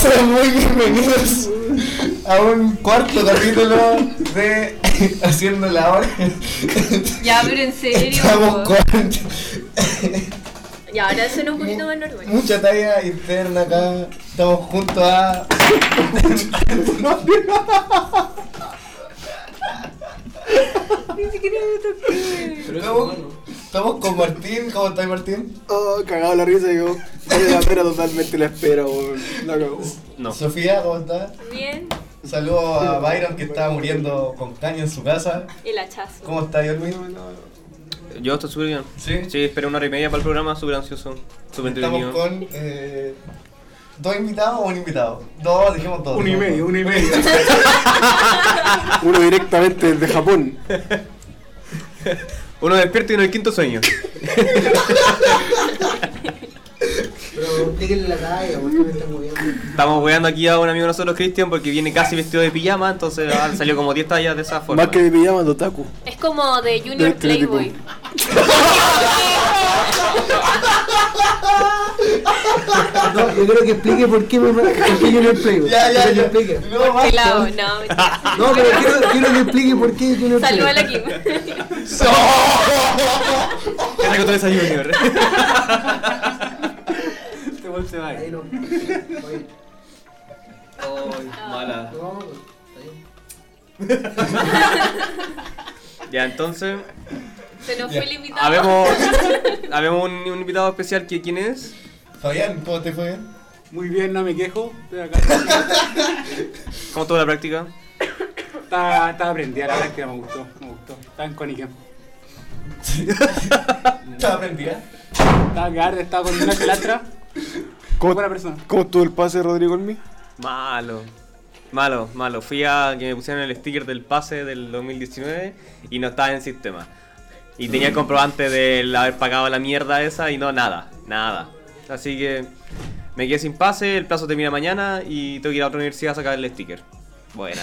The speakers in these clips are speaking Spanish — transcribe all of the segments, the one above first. Sean muy bienvenidos a un cuarto capítulo de Haciendo la Hora. Ya, pero en serio. Estamos po. con Y ahora suena un poquito más normal. mucha talla interna acá. Estamos junto a. Ni siquiera me toqué. Pero eso Estamos, es bueno. estamos con Martín. ¿Cómo estás, Martín? Oh, cagado la risa, digo. Vale la pena totalmente la espera, weón. La cagó. No. Sofía, ¿cómo estás? Bien, Saludos a Byron que estaba muriendo con caña en su casa. el hachazo. ¿Cómo estás, Luis? Yo estoy súper bien. ¿Sí? Sí, esperé una hora y media para el programa, súper ansioso, súper Estamos entretenido. con eh, dos invitados o un invitado. Dos, dijimos dos. Un y dijimos medio, dos. un y medio. Uno directamente desde Japón. Uno despierta y en el quinto sueño. Pero explíquenle la talla, ¿por qué me están moviendo? Estamos weando aquí a un amigo de nosotros, Cristian, porque viene casi vestido de pijama, entonces ah, salió como 10 tallas de esa forma. Más que de pijama, de otaku. Es como de De Junior este tipo. Playboy. Ah, No, yo creo que explique por qué me por qué yo no explico. Ya, ya, Que ya. explique. No, basta. Pelado, no, mentira. No, pero quiero, quiero que explique por qué yo no explico. Saluda a la Kim. ¿Qué te contó esa Junior? Este weón se va a Ahí ir. no. Oye, Ay, mala. no, pues, está bien. Ya, entonces, Se nos fue el invitado. habemos, habemos un, un invitado especial, que ¿quién es? Fabián, ¿cómo te fue bien? Muy bien, no me quejo. Estoy acá. ¿Cómo estuvo la práctica? Estaba, estaba prendida la práctica, me gustó, me gustó. Estaba en Coniquén. ¿Estás aprendida? Estaba que arde, estaba con una filatra. ¿Cómo, Buena persona. ¿Cómo estuvo el pase de Rodrigo en mí? Malo. Malo, malo. Fui a que me pusieran el sticker del pase del 2019 y no estaba en sistema. Y tenía el comprobante del haber pagado la mierda esa y no, nada, nada. Así que me quedé sin pase, el plazo termina mañana y tengo que ir a otra universidad a sacar el sticker. Buena.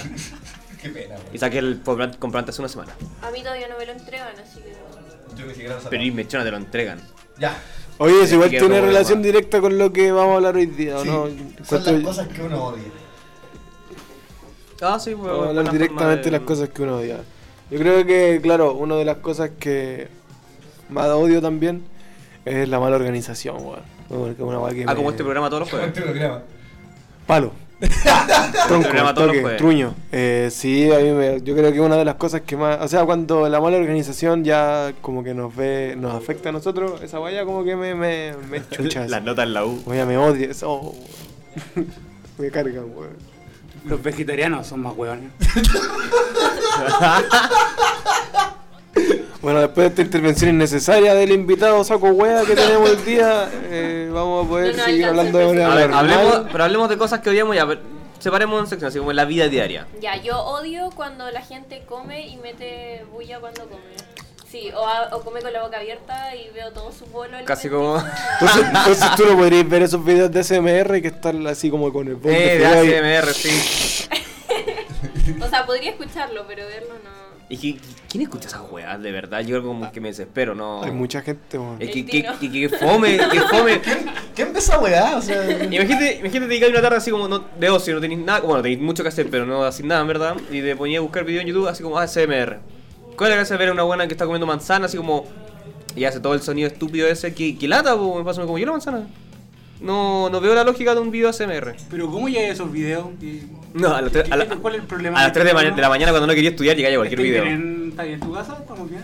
Qué pena, güey. Y saqué el compra- comprobante hace una semana. A mí todavía no me lo entregan, así que no. Yo ni siquiera lo sabía. Pero y mechona te lo entregan. Ya. Oye, si igual Sí, tiene no, relación no. directa con lo que vamos a hablar hoy día, ¿o Sí, no? son Encuentro- las cosas que uno odia. Ah, sí, Vamos pues, a buena hablar forma directamente de de- las cosas que uno odia. Yo creo que, claro, una de las cosas que más odio también es la mala organización, weón. Porque una weá que Ah, me- como este programa todos los Con jueves. este programa. Palo. programa Tronco, todos los toque, jueves. truño. Eh, sí, a mí me, yo creo que una de las cosas que más... O sea, cuando la mala organización ya como que nos ve, nos afecta a nosotros, esa guaya como que me, me, me chucha. Las notas en la U. Oye, me odio eso. oh. me carga, weón. Los vegetarianos son más hueones. Bueno, después de esta intervención innecesaria del invitado saco hueá que tenemos el día, eh, vamos a poder No, no seguir alcanza hablando de el manera A ver, normal. hablemos, pero hablemos de cosas que odiamos ya. pero Separemos en secciones, así como en la vida diaria. Ya, yo odio cuando la gente come y mete bulla cuando come. Sí, o, a- o come con la boca abierta y veo todo su bolo. Casi como- Entonces, entonces tú no podrías ver esos videos de SMR que están así como con el bote Eh, de pegado y- ACMR, sí. O sea, podría escucharlo, pero verlo no. ¿Y qui- quién escucha esas weas? De verdad, yo como que me desespero, ¿no? Hay mucha gente, weón. Es El que, que, Tino. que- que fome, que fome. ¿Qué empezó a weá? O sea, Imagínate, imagínate dedicar una tarde así como no, de ocio, no tenéis nada. Bueno, tenéis mucho que hacer, pero no hacéis nada, en verdad. Y te ponía a buscar video en YouTube así como ASMR. ¿Cuál es la gracia de ver a una buena que está comiendo manzana así como. Y hace todo el sonido estúpido ese? que que lata? po? Me paso como yo la manzana. No, no veo la lógica de un video ASMR. Pero ¿cómo llegan esos videos? Y- No, a las ¿Qué- 3, a la- ¿Cuál es el problema? Este a las tres de, ma- de la mañana cuando no quería estudiar llegaba a cualquier ¿Estoy video. bien en- ¿Estás en tu casa? ¿Estamos bien?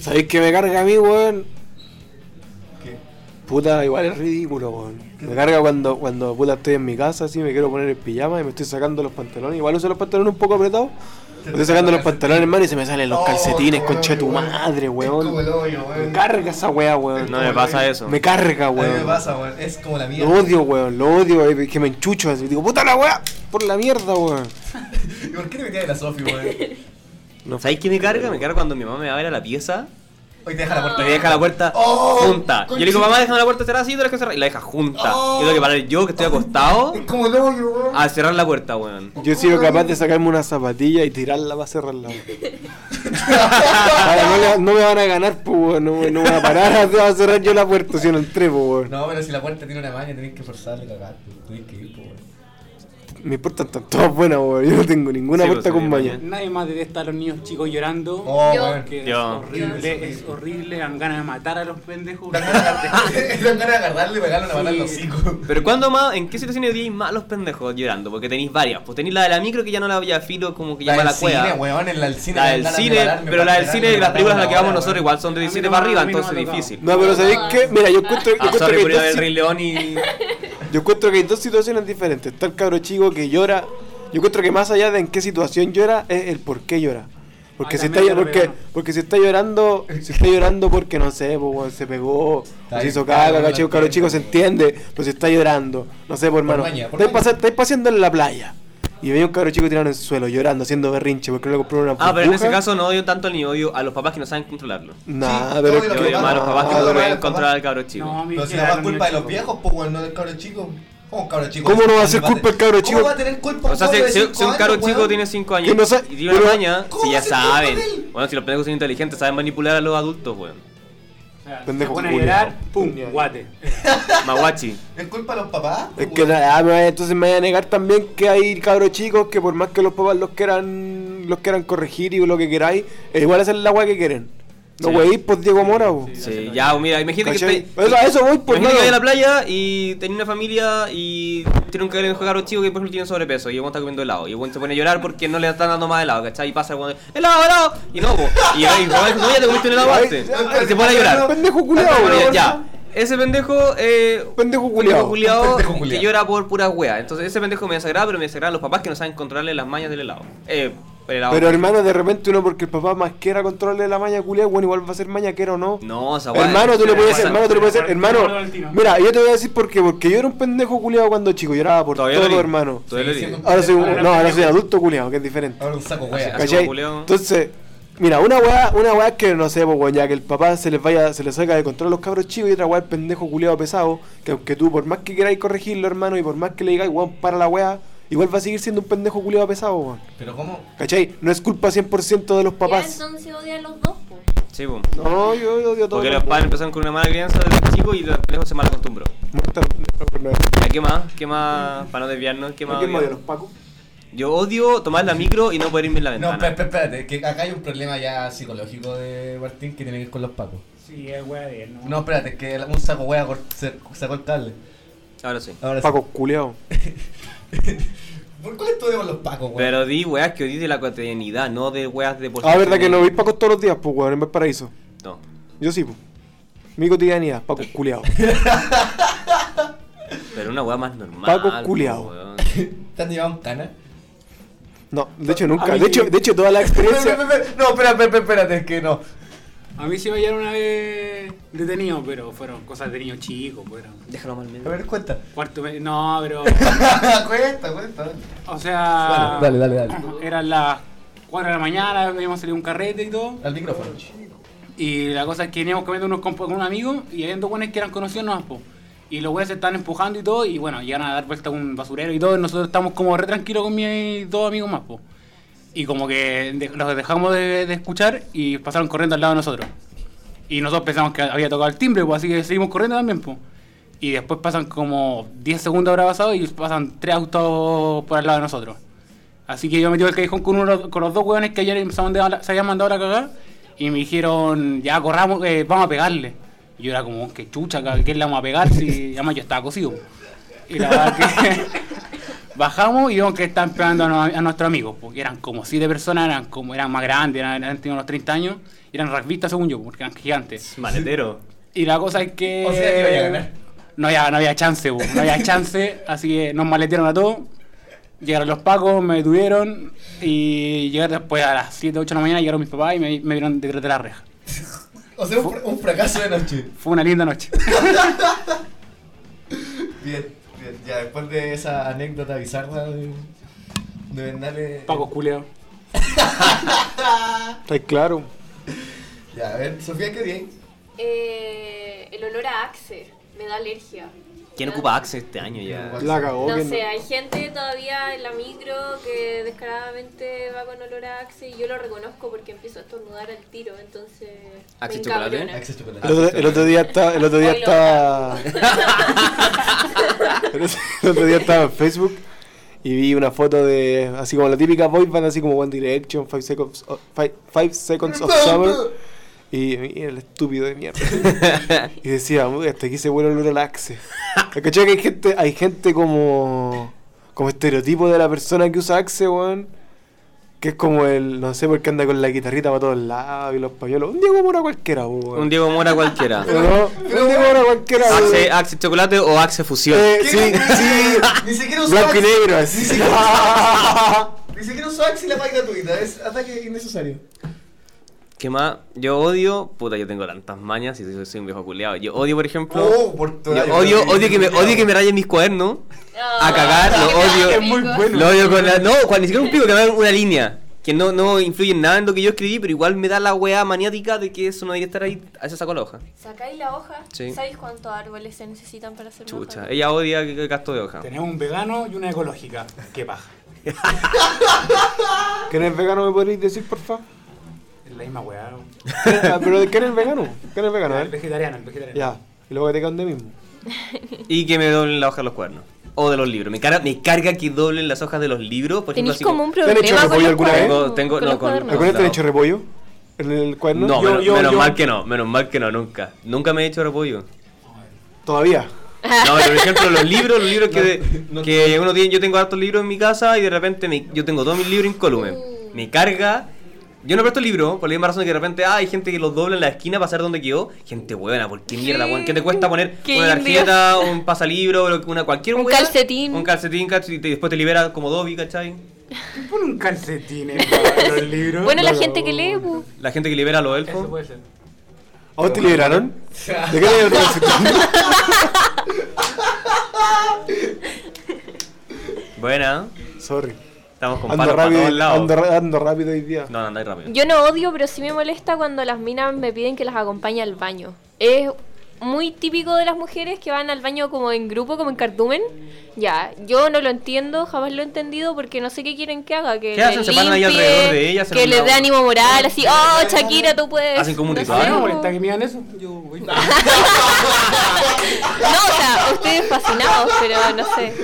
¿Sabéis que me carga a mí, weón? ¿Qué? Puta, igual es ridículo, weón. Me carga cuando, cuando puta estoy en mi casa, así me quiero poner el pijama y me estoy sacando los pantalones. Igual uso los pantalones un poco apretados. Me estoy sacando los pantalones, hermano, y se me salen los Oh, calcetines, weón, concha de tu weón. madre, Es como el weón. hoyo, weón. Me carga esa weá, weón. No me pasa eso. Me carga, A mí me weón. pasa, weón. Es como la mía. Lo odio, weón, lo odio, eh, que me enchucho así. Digo, puta la weá, por la mierda, weón. ¿Y por qué te metías de la Sofi, weón? No, ¿Sabéis qué me carga? Me carga cuando mi mamá me va a ver a la pieza Hoy te deja la Y puerta. me deja la puerta Oh, junta. Yo le digo, conchita. mamá, déjame la puerta cerrada, sí, tú la dejas cerrada. Y la deja junta. Oh. y tengo que parar yo, que estoy acostado, Es como no, yo. Ah. a cerrar la puerta, weón. Yo he sido capaz de sacarme una zapatilla y tirarla para cerrarla. Ahora, no, le- no me van a ganar, pues, weón, no, me- no me van a parar, te va a cerrar yo la puerta si no entré, pues, weón. No, pero si la puerta tiene una maña, tenés que forzarle cagaste. pues. Tenés que ir, po, weón. Mis puertas están todas buenas, weón. Yo no tengo ninguna Sí, puerta pues, con sí, maña. Nadie más detesta a los niños chicos llorando. Oh, Yo- weón. que es Yo. Yo. horrible, es horrible, dan ganas de matar a los pendejos. Dan ganas de agarrar- dan ganas de agarrarle y pegarle una bala en los Sí. hocico. Pero cuando más, ¿en qué situaciones odiáis más los pendejos llorando? Porque tenéis varias. Pues tenéis la de la micro que ya no la había filo, como que La llama del la cine, cueva. weón, en la del cine. La dan del ganas de cine, pararme, pero la del pararme, cine y las pararme, películas a las que pararme, vamos weón. nosotros igual son de A mí 17 no para me- arriba, a mí no me entonces ha tocado. difícil. No, pero ¿sabéis Todas. qué? Mira, yo encuentro, yo Ah, encuentro sorry que por hay ir dos a ver el si- Rey León y. yo encuentro que hay dos situaciones diferentes. Está el cabro chico que llora. Yo encuentro que más allá de en qué situación llora, es el por qué llora. Porque, Ah, si está, también llora porque, vegano. porque si está llorando, si está llorando porque no sé, po, weón, se pegó, Está se hizo bien, claro, caca, no caché, lo un cabro entiendo, chico se weón. entiende, pero si está llorando, no sé, por hermano. maña, por maña. Estáis pasa- estáis paseando en la playa y veis un cabro chico tirado en el suelo, llorando, haciendo berrinche, porque no le compró una Ah, pero en ese burbuja. caso no odio tanto al niño, odio a los papás que no saben controlarlo. Nah, Sí, pero todo es lo Yo que que- odio pasa- más a los papás que Ah, no todo lo que pueden pasa- controlar al cabro chico. No, a mí Pero si me la más quedaron culpa de los chicos. viejos, pues, weón, no del cabro chico. ¿Cómo un cabro chico? ¿Cómo no va a ¿Cómo ser te- culpa el cabro chico? ¿Cómo va a tener culpa O sea, un si, cabro si- de si un cinco caro años, chico weón? tiene 5 Que años no sa- y tiene una pero- maña, ¿Cómo si ya va a ser culpa saben. de él? Bueno, si los pendejos son inteligentes, saben manipular a los adultos, weón. O sea, Pendejo se pone a culiao. llorar, pum, Culiao. guate. Maguachi. ¿Es culpa de los papás? Es que ah, me vaya- entonces me voy a negar también que hay cabros chicos que por más que los papás los quieran los quieran corregir y lo que queráis, eh, igual hacen la agua que quieren. No Sí. wey, pues Diego Mora, po. Sí, ya, mira, imagínate que, ¿Cachai? estáis- Eso, a eso voy, pues imagínate que vais a la nada. playa y tenés una familia y tiene un cabro cabro chico que por ejemplo tiene sobrepeso y el weón está comiendo helado y el weón se pone a llorar porque no le están dando más helado, ¿cachai? Y pasa el weón, helado, helado, y no, po. y el weón dice, no, ya te comiste un helado Ay, antes, ya, y se pone a llorar. Pendejo culiao, Bueno, weón. ya, ese pendejo, eh, Pendejo pendejo culiao. culiao Pendejo que culiao. llora por puras weas. Entonces ese pendejo me desagrada, pero me desagradan los papás que no saben controlarle las mañas del helado. Eh, el helado. Pero hermano, de repente uno porque el papá más quiera controlarle la maña culiao, bueno, igual va a ser maña quiera o no. No, esa wea. Hermano, tú le puedes hacer, hermano, tú le puedes hacer, hermano. Bueno, al tiro. Mira, yo te voy a decir por qué, porque yo era un pendejo culiao cuando chico, lloraba por Todavía lo todo, digo. hermano. Todavía Sí, lo digo. siendo- Ahora soy un- Ahora no, ahora pendejo. soy adulto culiao, que es diferente. Ahora un saco, weón. Así- ¿Cachai? como culiao. Entonces, mira, una weá, una weá que no sé, pues weón, ya que el papá se les vaya, se les salga de control a los cabros chicos y otra weá el pendejo culiado pesado, que aunque tú por más que queráis corregirlo, hermano, y por más que le digáis, weón, para la weá, igual va a seguir siendo un pendejo culiado pesado, weón. Pero ¿cómo? ¿Cachai? No es culpa 100% de los Ya, papás. entonces odian los dos, pues. Sí, po. No, yo yo odio todo. Porque los padres empezaron con una mala crianza desde chico y los pendejos se mal acostumbró. Ya, ¿Qué más? ¿Qué más? Para no desviarnos, ¿qué más? ¿Quién odio? odia los pacos? Yo odio tomar la micro y no poder irme en la No, ventana. espérate, espérate, que acá hay un problema ya psicológico de Martín que tiene que ver con los pacos. Sí, es wea de él, ¿no? No, espérate, que el- un saco wea cort- se- sacó el cable. Ahora sí. Ahora sí. Pacos culiados. ¿Por cuál estudio con los pacos, weón? Pero di weas que odio de la cotidianidad, no de weas de por Ah, verdad que no veis pacos todos los días, pues weón, en Valparaíso. No. Yo sí, pues. Mi cotidianidad, pacos culiados. Pero una wea más normal. Paco po, culiao. weón. ¿Te han llevado un cana? No, de hecho A nunca. mí De hecho, sí. de hecho toda la experiencia. No, espérate, espérate, espérate, es que no. A mí sí me hallaron una vez detenido, pero fueron cosas de niños chicos, fueron. Déjalo mal A medio. ver, cuenta. Cuarto mes- No, pero. cuenta, cuenta. O sea. Dale, dale, dale, dale. Eran las 4 de la mañana, habíamos salido un carrete y todo. Al micrófono. Y la cosa es que veníamos comiendo unos compas con un amigo y habían dos buenos que eran conocidos nomás, po. Y los güeyes se estaban empujando y todo, y bueno, llegan a dar vuelta a un basurero y todo, y nosotros estamos como re tranquilos con mis dos amigos más, po. Y como que de- los dejamos de, de escuchar y pasaron corriendo al lado de nosotros. Y nosotros pensamos que había tocado el timbre, pues así que seguimos corriendo también, pues. Y después pasan como 10 segundos habrá pasado y pasan tres autos por al lado de nosotros. Así que yo metí el callejón con, uno, con los dos hueones que ayer se, mandaban la- se habían mandado la cagada y me dijeron, ya corramos, eh, vamos a pegarle. Y yo era como, qué chucha, ¿a ¿qué le vamos a pegar? Si además yo estaba cocido. Y la verdad que bajamos y vimos que estaban pegando a, no- a nuestros amigos, porque eran como siete personas, eran como eran más grandes, eran, eran tenido unos 30 años, y eran rugbyistas según yo, porque eran gigantes. Maletero. Y la cosa es que. O sea, que vaya a ganar. No había, no había chance, po, no había chance, así que nos maletearon a todos. Llegaron los pacos, me detuvieron y llegaron después a las 7, 8 de la mañana, llegaron mis papás y me, me vieron detrás de la reja. O sea, un, fr- un fracaso de noche. Fue una linda noche. Bien, bien, ya después de esa anécdota bizarra de, de Bernales. Pacos culeo. Está claro. Ya, a ver, Sofía, ¿qué bien? Eh, el olor a Axe me da alergia. ¿Quién Me da- ocupa Axe este año ya? La cagó. No Oh, que sé, hay gente todavía en la micro que descaradamente va con olor a Axe y yo lo reconozco porque empiezo a estornudar al tiro, entonces. ¿Axe me chocolate? encabrona. Axe chocolate. El otro, el otro día estaba. El otro día Hoy lo estaba. el otro- el otro día estaba en Facebook y vi una foto de. Así como la típica boy band, así como One Direction, Five Seconds of, five, Five seconds of Summer. Y mira el estúpido de mierda. y decía, "Uy, hasta aquí se vuelve el olor al axe. ¿Cachai que hay gente, hay gente como. como estereotipo de la persona que usa axe, weón? Que es como el, no sé por qué anda con la guitarrita para todos lados y los pañuelos. Un Diego Mora cualquiera, weón. Un Diego Mora cualquiera. Pero no, un Diego Mora cualquiera, weón. Axe, Axe chocolate o Axe fusión. Eh, ¿Qué? sí, sí. Ni siquiera usó Blanco y Axe. negro, Ni así. siquiera- Ni siquiera usó Axe y la paga gratuita. Es ataque innecesario. ¿Qué más? Yo odio. Puta, yo tengo tantas mañas y soy, soy un viejo culeado. Yo odio, por ejemplo. Oh, por yo odio, odio que me, odio que me rayen mis cuadernos. A cagar, lo odio. Es Es muy muy bueno. bueno. Lo odio con la. No, cuando ni siquiera un pico que me hagan una línea. Que no, no influye en nada en lo que yo escribí, pero igual me da la weá maniática de que eso no debería estar ahí. A eso saco la hoja. Sacáis la hoja. Sí. ¿Sabéis cuántos árboles se necesitan para hacer una Chucha. hoja? Ella odia que- que gasto de hoja. Tenemos un vegano y una ecológica. Qué paja. ¿Quién es vegano me podréis decir, por favor? Ah, Es la misma weá. weón. Pero ¿quién es vegano? ¿Quién es vegano? A eh. El ver. vegetariano, el vegetariano. Ya. Y luego que te quedan de mismo. Y que me doblen la hoja de los cuadernos. O de los libros. Me carga, me carga que doblen las hojas de los libros. Por Tenéis ejemplo, así como un ¿Te han problema hecho con repollo los alguna vez? cuadernos, Tengo- tengo- con no, los con- cuadernos. ¿Alguna vez te han no. hecho repollo? ¿En el cuaderno? No, Yo- menos, yo- menos yo- mal que no, menos mal que no, nunca. Nunca me he hecho repollo. Todavía. No, pero, por ejemplo, los libros, los libros que, que uno tiene, yo tengo hartos libros en mi casa y de repente me- yo tengo todos mis libros incólumes. Uh. Me carga. Yo no presto libros, por la misma razón que de repente ah, hay gente que los dobla en la esquina para saber dónde quedó. Gente buena, ¿por qué mierda, weón? ¿Qué te cuesta poner Qué una indio. tarjeta, un pasalibro, lo que- una, cualquier Un weá? calcetín. Un calcetín, ¿cachai? Y te- después te libera como Dobby, ¿cachai? Pon un calcetín en los libros. Bueno, la No, gente que no. lee, bu. La gente que libera a los Eso elfos. puede ser. ¿A vos te liberaron? ¿De qué le liberaron? Buena, Sorry. estamos con Ando palos para rápido, todos lados. ando, ra- ando rápido hoy día. No, no, andáis rápido. Yo no odio, pero sí me molesta cuando las minas me piden que las acompañe al baño. Es muy típico de las mujeres que van al baño como en grupo, como en cardumen. Ya, yo no lo entiendo, jamás lo he entendido porque no sé qué quieren que haga. Que ¿Qué le hacen? ¿Se paran ahí limpie, alrededor de ellas? Que ¿Hacen le una- dé ánimo moral, así, oh, Shakira, tú puedes. ¿Hacen como un No ritual? sé, Ah, ¿No como- me molesta que me hagan eso? Yo voy. No, o sea, ustedes fascinados, pero no sé.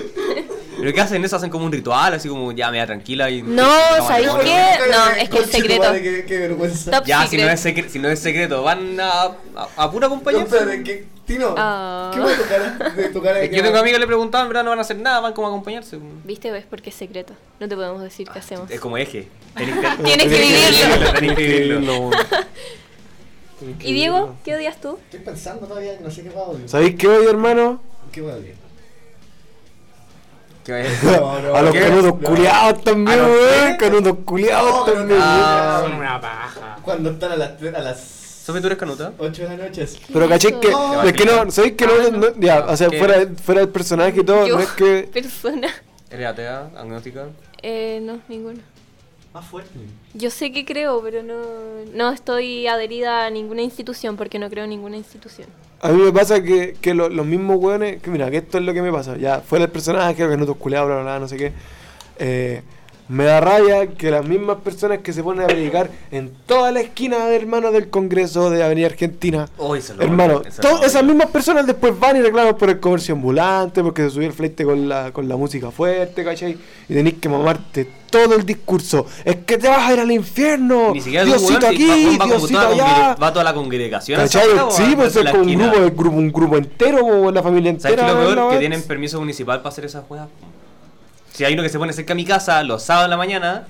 ¿Pero qué hacen eso? ¿Hacen como un ritual? Así como, ya, me da tranquila y... No, ¿sabéis vale, qué? No, es que es secreto. Vale, qué, qué vergüenza. Top Ya, si secret. no, es secre- si no es secreto, van a, a, a pura No, compañía. espérate, que, Tino, Ah. ¿qué va a tocar? De tocar Es que yo tengo amigos que le preguntaban, en verdad no van a hacer nada, van como a acompañarse. ¿Viste? ¿Ves? Porque es secreto. No te podemos decir qué hacemos. Ah, Es como eje. Tenés que, Tienes que vivirlo. Tenés que vivirlo. ¿Y Diego, qué odias tú? Estoy pensando todavía, no sé qué va a odiar. ¿Sabéis qué hoy, hermano? ¿Qué va a odiar? ¿Qué es? No, no, a los ¿qué? canudos No. culiados también, ¿A los weón. qué? Canudos culiados No, pero también. no. Ah. Son una paja. Cuando están a las, tre- a las Sofi, tú eres canuta. 8 de la noche. es- Pero caché que. No. Es que no, ¿sabéis que no, no- Ya, o sea, ¿Qué? fuera, fuera del personaje y todo, Yo, no es que. persona. Eres atea, agnóstica. Eh, no, ninguno. Más fuerte. Yo sé que creo, pero no, no estoy adherida a ninguna institución porque no creo en ninguna institución. A mí me pasa que, que lo- los mismos hueones, que mira, que esto es lo que me pasa, ya, fuera el personaje, que no te culeados, bla, bla, bla, no sé qué. Eh, me da rabia que las mismas personas que se ponen a predicar en toda la esquina de hermanos del Congreso de Avenida Argentina, Oh, eso es lo hermano, bueno, eso es todas lo esas bueno. mismas personas después van y reclaman por el comercio ambulante, porque se subió el fleite con la, con la música fuerte, ¿cachai? Y tenés que mamarte todo el discurso. Es que te vas a ir al infierno. Ni siquiera es un Diosito weón, si va- aquí, va, como Diosito toda la allá. congre- va toda la congregación. a esa ¿Cachai? weá, Sí, weón, pues desde es la como un esquina. grupo, el grupo, un grupo entero, o la familia ¿Sabes entera. qué es lo ¿no? peor? Que tienen permiso municipal para hacer esas weas. po. Si hay uno que se pone cerca a mi casa los sábados en la mañana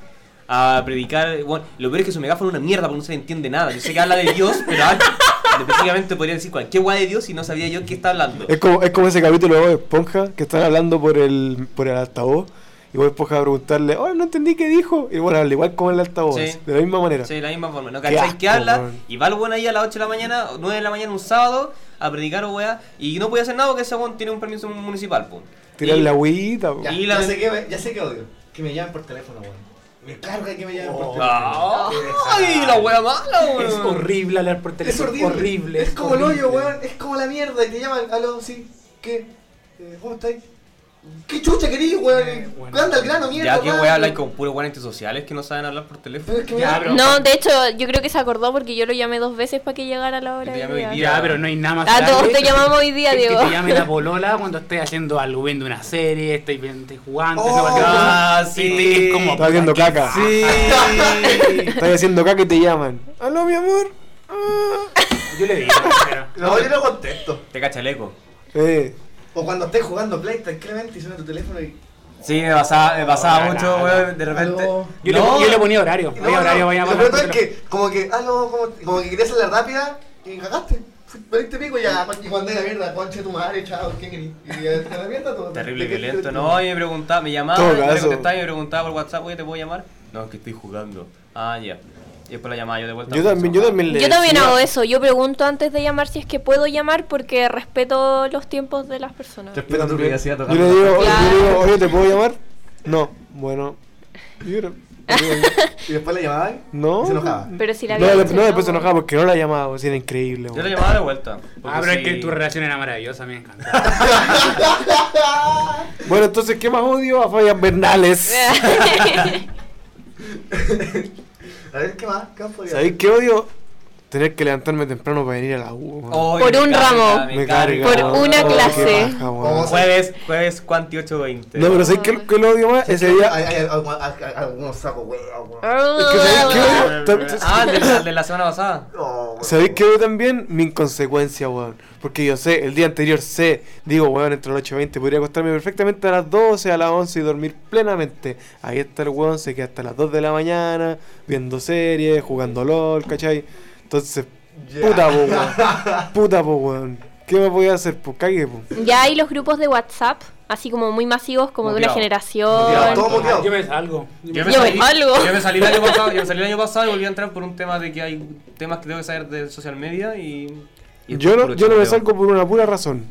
a predicar. Bueno, lo peor es que su megáfono es una mierda porque no se le entiende nada. Yo sé que habla de Dios, pero ah, específicamente podría decir cualquier wea de Dios y no sabía yo qué está hablando. Es como, es como ese capítulo de Bob Esponja, que están hablando por el, por el altavoz, y Bob Esponja va a preguntarle, oh, no entendí qué dijo, y bueno, habla igual como el altavoz, Sí. de la misma manera. Sí, de la misma forma, ¿no? Qué ¿Cachai? Que asco, habla weón. y va el weón ahí a las 8 de la mañana, o 9 de la mañana, un sábado, a predicar wea y no puede hacer nada porque ese weón tiene un permiso municipal. po. Tirar Y- la agüita, po. Ya, Y la- ya sé que, ya sé que odio. Que me llamen por teléfono, weón. Me carga que me llamen Oh. por Ah. ¡Ay, la wea mala, Es weón! horrible hablar por Es teléfono. horrible. Es como el hoyo, weón. Es como la mierda. Y te llaman, aló, sí. ¿Qué? Eh, ¿Cómo estáis? ¿Qué chucha querís, Eh, weón? bueno. Anda al grano, mierda. Ya que weón. wea habláis con puros weones antisociales que no saben hablar por teléfono. Pero es que me Ya, da- pero- No, de hecho, yo creo que se acordó porque yo lo llamé dos veces para que llegara la hora. Te llamé de hoy llegar. día. Ya, pero no hay nada más. Ah, grave todos te que- llamamos hoy día, que- Diego. Que te llame la polola cuando estés haciendo algo, viendo una serie, estés estés jugando, Oh, esa cualquier cosa, ah, y sí. te- es como, Estás haciendo puta, caca. qué- Estás haciendo caca y te llaman. Aló, mi amor. Ah. Yo le digo, pero- No, yo no contesto. Te cacha el eco. Eh, O cuando estés jugando Play tranquilamente y suena tu teléfono y. Sí, me pasaba, me pasaba No, mucho, no, weón, de no. repente. Aló. yo, No, le, yo le ponía horario. No, había no, horario para llamar Lo peor por es que, como que, ah, no, como, como que querías hacer la rápida y cagaste. Veniste pico y ya, y cuando era mierda, concha de tu madre, chao, ¿qué querís? Y ya está la mierda todo. Terrible violento. No, y me preguntaba, me llamaba, Todo yo le caso. contestaba y me preguntaba por WhatsApp, oye, ¿te puedo llamar? No, es que estoy jugando. Ah, ya. Y después la llamaba yo de vuelta. pues, yo también, yo también le Yo también decía- hago eso, yo pregunto antes de llamar si es que puedo llamar porque respeto los tiempos de las personas. Respeto tu privacidad Yo le digo, oye, Claro. yo le digo, oye, ¿te puedo llamar? No, bueno. Yo no- Y después la llamaban. No. Se enojaba. Pero si la No, había le- dicho, no, después se no. enojaba porque no la llamaba, o sea, era increíble. Yo weón. la llamaba de vuelta. Ah, porque pero es sí. que tu relación era maravillosa, me encantaba. Bueno, entonces, ¿qué más odio a Fabián Bernales? A ver, ¿qué más? ¿Qué más podría ¿Sabéis qué odio? Tener que levantarme temprano para venir a la U. weón. Ay, Por me un carga, ramo. Oh, me Me carga. carga. Por una weón. Oh, Qué clase. baja, weón. Jueves, jueves cuanti 820. No, pero ¿sabéis qué qué lo odio más? Ese día. Hay, hay, hay algunos- hay- hay algunos sacos, güey. algunos- Es que ¿sabéis qué odio? Ah, de la, de la semana pasada. No, güey. ¿Sabéis qué odio también? Mi inconsecuencia, weón. Porque yo sé, el día anterior sé, digo, weón, entre las 8 y 20 podría acostarme perfectamente a las 12, a las 11 y dormir plenamente. Ahí está el weón, se queda hasta las 2 de la mañana, viendo series, jugando LOL, ¿cachai? Entonces, Ya. puta, po, weón. Puta, po, weón. ¿Qué me voy a hacer? Pues cague, po. Ya hay los grupos de WhatsApp, así como muy masivos, como de Muteado. una Muteado, generación. todo muteado. Yo me salgo. Yo me, Yo me salí, salgo. yo me salí el año pasado, yo me salí el año pasado y volví a entrar por un tema de que hay temas que tengo que saber de social media y. y Yo no, puro yo no me chanteo. salgo por una pura razón.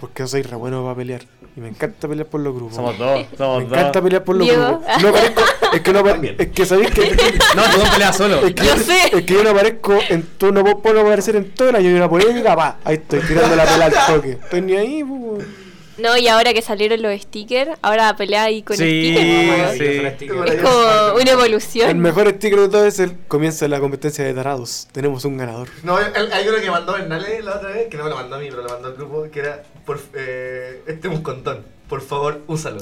Porque yo soy re bueno para pelear. Y me encanta pelear por los grupos. Somos dos, somos me dos. encanta pelear por los Diego. grupos. No parezco, es que no También. parezco, es que sabéis que No, tú no peleas solo. Es que, Yo sé. es que yo no aparezco en todo, no puedo, puedo aparecer en todo el año y una polémica, va. Ahí estoy tirando la pelota al toque. Estoy ni ahí, po, weón. No, y ahora que salieron los stickers, ahora pelea ahí con Sí, stickers. sí. Es como una evolución. El mejor sticker de todo es el comienza la competencia de tarados. Tenemos un ganador. No, el- el- hay uno que mandó Bernales la otra vez, que no me lo mandó a mí, pero lo mandó al grupo, que era, por, eh, este es un condón, por favor, úsalo.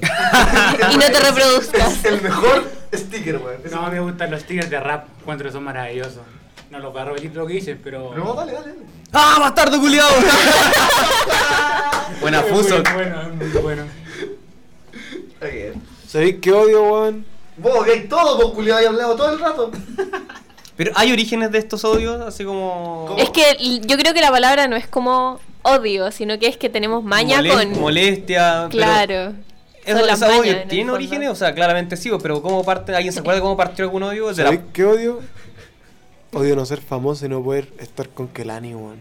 y Y no te reproduzcas. Es el mejor sticker, weón. Es- No, me gustan los tigres de rap. Encuentro que son maravillosos. No los voy a repetir lo que hice, pero. No, dale, dale. dale. ¡Ah, bastardo culiado! Buena fuso. Es muy bueno, es muy bueno. Está bien. ¿Sabéis qué odio, weón? Vos, que hay todo, vos, culiado, hay hablado todo el rato. Pero hay orígenes de estos odios, así como. Es que l- yo creo que la palabra no es como odio, sino que es que tenemos maña Molest- con. Molestia. pero- claro. ¿Eso, Son las ese mañas, odio en el tiene fondo. orígenes? O sea, claramente sí, pero ¿cómo parte, ¿alguien se acuerda cómo partió algún odio? De la- ¿Sabéis qué odio? Odio no ser famoso y no poder estar con Kelani, weón.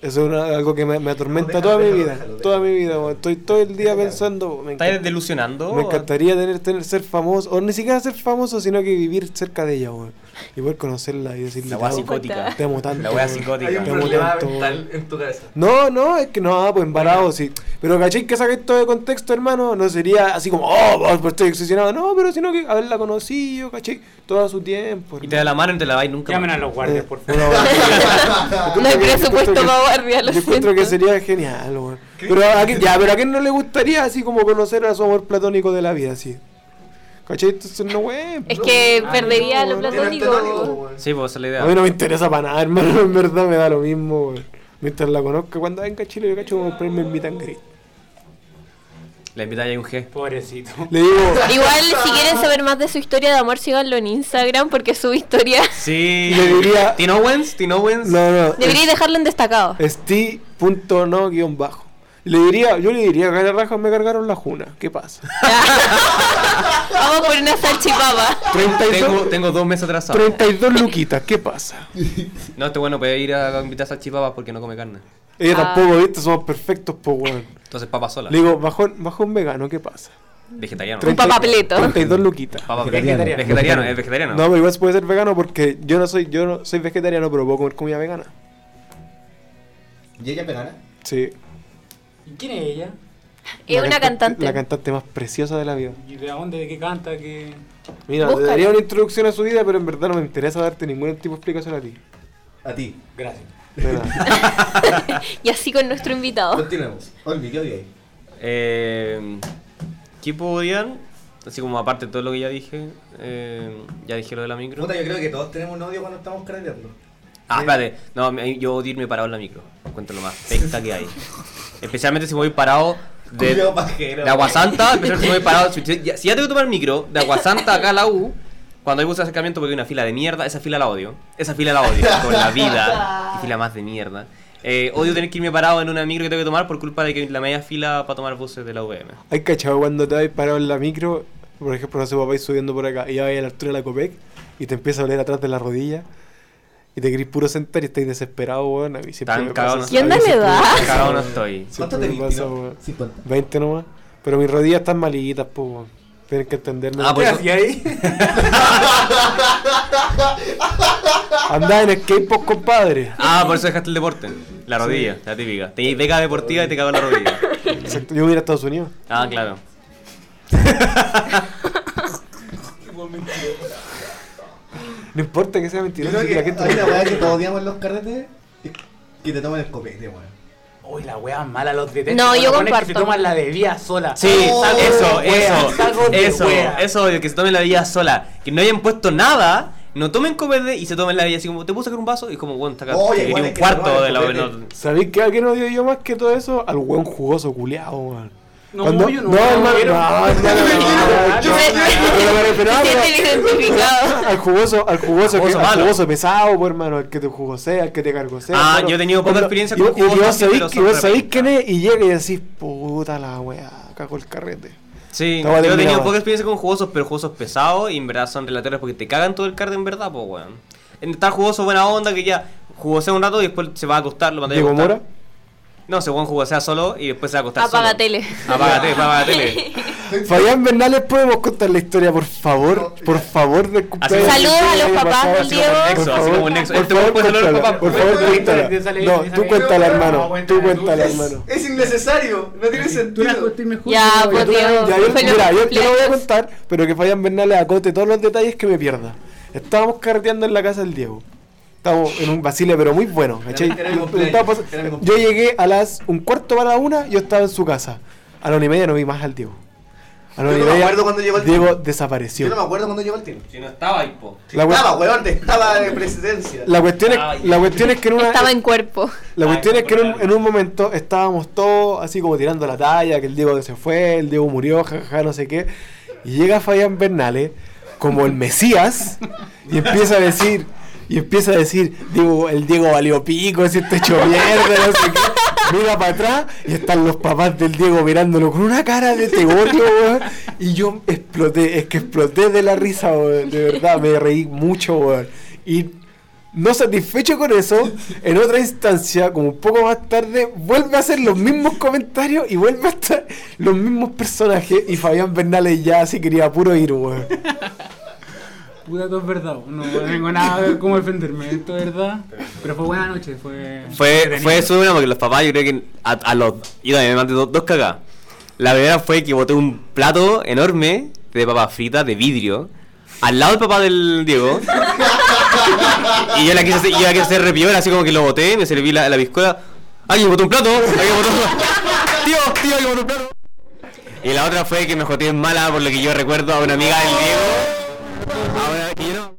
Eso es una- algo que me, me atormenta Déjalo, toda mi déjalo, vida. déjalo, Toda mi vida, weón. Estoy todo el día pensando. Me ¿Estás encanta- delusionando? Me encantaría tener, tener ser famoso, o ni siquiera ser famoso, sino que vivir cerca de ella, weón. Y poder conocerla y decirle, La wea "Te amo- psicótica. te amo tanto. La wea weón". psicótica. Hay un Te amo problema tanto, mental weón. en tu cabeza. No, no, es que no, pues embarado, sí. Pero caché que saqué todo de contexto, hermano. No sería así como, oh, vos, pues, estoy obsesionado. No, pero sino que haberla conocido, caché, todo a su tiempo. Y te da la mano y te la vais nunca. Llamen más. a los guardias, por favor. No hay presupuesto para guardia, lo Yo encuentro que siento. sería genial, weón. Pero a quién- ya, pero a quién no le gustaría así como conocer a su amor platónico de la vida, así. ¿Cachai? Entonces no, weón. Es que No, perdería no, lo no. Tiene antenónico, platónico. este weón. Sí, pues esa es la A mí idea. no me interesa para nada, hermano. En verdad me da lo mismo, weón. Mientras la conozca, cuando venga a Chile, yo cacho, voy a comprarme en mi tangre. La invitada hay un G. Pobrecito. Le digo, Igual, si quieren saber más de su historia de amor, síganlo en Instagram porque su historia Sí. Le diría- Tin Owens, Tin Owens. no, no. debería dejarlo en destacado. Esti.no guión bajo. Le diría, yo le diría, cara raja, me cargaron la juna. ¿Qué pasa? Vamos por una salchipapa. Tengo, 32, tengo dos meses atrasados. 32 luquitas, ¿qué pasa? No, este bueno puede ir a invitar a salchipapas porque no come carne. Ella Ah. tampoco, viste, somos perfectos, po, weón. Entonces papa sola. Le digo, bajón, bajón vegano, ¿qué pasa? Vegetariano. Un papapleto. 32 luquitas. Papa- Vegetariano. vegetariano. Vegetariano, es vegetariano. No, pero igual se puede ser vegano porque yo no soy yo no soy vegetariano, pero puedo comer comida vegana. ¿Y ella es vegana? Sí. ¿Y quién es ella? Es La una cantante. La cantante más preciosa de la vida. ¿Y de dónde? ¿De qué canta? ¿Qué...? Mira, te Búscala. daría una introducción a su vida, pero en verdad no me interesa darte ningún tipo de explicación a ti. A ti. Gracias. De nada. Y así con nuestro invitado. Continuemos. Olvi, ¿qué odiáis? Eh, ¿Qué podían? Así como aparte de todo lo que ya dije, eh, ya dije lo de la micro. Puta, yo creo que todos tenemos un odio cuando estamos craneando. Ah, espérate. No, me- yo odio irme parado en la micro. Encuentro lo más pesca que hay. Especialmente si voy parado de, Culiao pajero. de Aguasanta. Especialmente si voy parado. Si, si- ya- si ya tengo que tomar el micro, de Aguasanta acá a la U. Cuando hay bus de acercamiento porque hay una fila de mierda, esa fila la odio. Esa fila la odio. Con la vida. Qué fila más de mierda. Eh, odio tener que irme parado en una micro que tengo que tomar por culpa de que la media fila para tomar buses de la UVM. Hay cachado cuando te vais parado en la micro, por ejemplo, no sé, vos vais subiendo por acá y ya vais a la altura de la Copec y te empieza a oler atrás de la rodilla y te querís puro sentar y estáis desesperado, weón. A mí siempre Tan me cagado pasa no ¿Qué onda eso. le da? Cagado no estoy. ¿Cuánto Siempre te me pasa, vino? weón. 50. 20 nomás. Pero mis rodillas están malitas, po, weón. Tienen que entenderme. Ah, por eso- ¿Y ahí? Andá en skateboard, compadre. Ah, por eso dejaste el deporte. La rodilla, la típica. Tenías beca deportiva y te cagó la rodilla. Exacto, Yo voy a ir a Estados Unidos. Ah, claro. No importa que sea Yo mentira. creo si que la gente- hay una weá que todos odiamos en los carretes es que te toman el copete, weón. Uy, la wea mala, los detesto. No, yo Los buenos que comparto. se toman la bebida sola. Sí, Salgo de Oh, eso, wea, eso, salgo de eso, wea. eso, de que se tomen la bebida sola. Que no hayan puesto nada, no tomen copete y se tomen la bebida así como, ¿te puedo sacar un vaso? Y como, bueno, está acá. Oye, quería igual un es que cuarto roban de la copete. no- ¿Sabéis qué? ¿A quién odio yo más que todo eso? Al weón jugoso culeado, weón. No, Cuando- yo no, No, no hermano. quiero. No, no, no, no, Yo- no, pero- pero- Se pero- sienten identificados. Al jugoso, al jugoso, que- Jugoso al malo. jugoso pesado, pues, hermano, al que te jugosea, al que te cargosea. Ah, hermano. yo he tenido poca Cuando- experiencia y- con Y jugosos vos que te sabéis, los y vos sorprenden. sabéis quién es, y llega y decís, puta la weá, cago el carrete. Sí, Estaba yo he tenido terminado. poca experiencia con jugosos, pero jugosos pesados y en verdad son relatorios porque te cagan todo el card en verdad, pues, weón. En estar jugoso buena onda que ya jugosea un rato y después se va a acostar, lo mandáis a Diego acostar. Mora. No, ese weón jugosea solo y después se va a acostar Apaga solo. tele. Apaga tele, apaga tele. Fabián Bernales, ¿podemos contar la historia, por favor? Por favor, del cumpleaños. Saludos a los papás del Así Diego. como un nexo, Así como así como un nexo. nexo. Por Este weón favor, puede saludar a los cuéntala, papás. por favor, Cuéntale, cuéntala. cuéntale, No, cuéntale. tú cuéntala, No, hermano. Tú cuéntala, cuéntala, tú. hermano. Es innecesario, no tiene Tú la sentido. conté mejor. Ya, yo pues, la- Diego. Ya, yo, Fue lo mira, yo, yo no voy a cumpleaños. contar, pero que Fabián Bernales acote todos los detalles que me pierda. Estábamos carreteando en la casa del Diego. Estábamos en un Basile, pero muy bueno, ¿cachai? Era mi cumpleaños, Estaba pas- era mi Yo cumpleaños. llegué a las un cuarto para la una, yo estaba en su casa. A la una y media no vi más al Diego. A la Yo una y no me media, acuerdo cuando llegó el Diego Yo no me desapareció. acuerdo cuando llegó el tiro. Si no estaba ahí, po. La, cue- Estaba, weón, te estaba de presidencia. la cuestión es, Ay. la cuestión es que en una... Estaba en cuerpo. La Ah, cuestión ya, es que en un, porque- en un momento estábamos todos así como tirando la talla, que el Diego se fue, el Diego murió, jajaja, no sé qué. Y llega Fabián Bernales, como el Mesías, y empieza a decir, y empieza a decir, Diego, el Diego valió pico, si está hecho mierda, no sé qué. Mira para atrás y están los papás del Diego mirándolo con una cara de te odio, weón. Y yo exploté, es que exploté de la risa, weón. De verdad, me reí mucho, weón. Y no satisfecho con eso, en otra instancia, como un poco más tarde, vuelve a hacer los mismos comentarios y vuelve a estar los mismos personajes. Y Fabián Bernales ya se quería puro ir, weón. Puta, todo es verdad. No tengo nada como defenderme. Esto es verdad. Pero fue buena noche. Fue. Fue, fue eso porque los papás, yo creo que a, a los. Yo también me mandé do- dos cagadas. La primera fue que boté un plato enorme de papas fritas de vidrio al lado del papá del Diego. y yo la quise hacer, yo la quise hacer repiola, así como que lo boté, me serví la, la piscola. ¡Alguien botó un plato! ¡Alguien botó un plato! ¡Tío, tío, alguien botó un plato! Y la otra fue que me joteé en mala, por lo que yo recuerdo, a una amiga del Diego. A una, que yo no-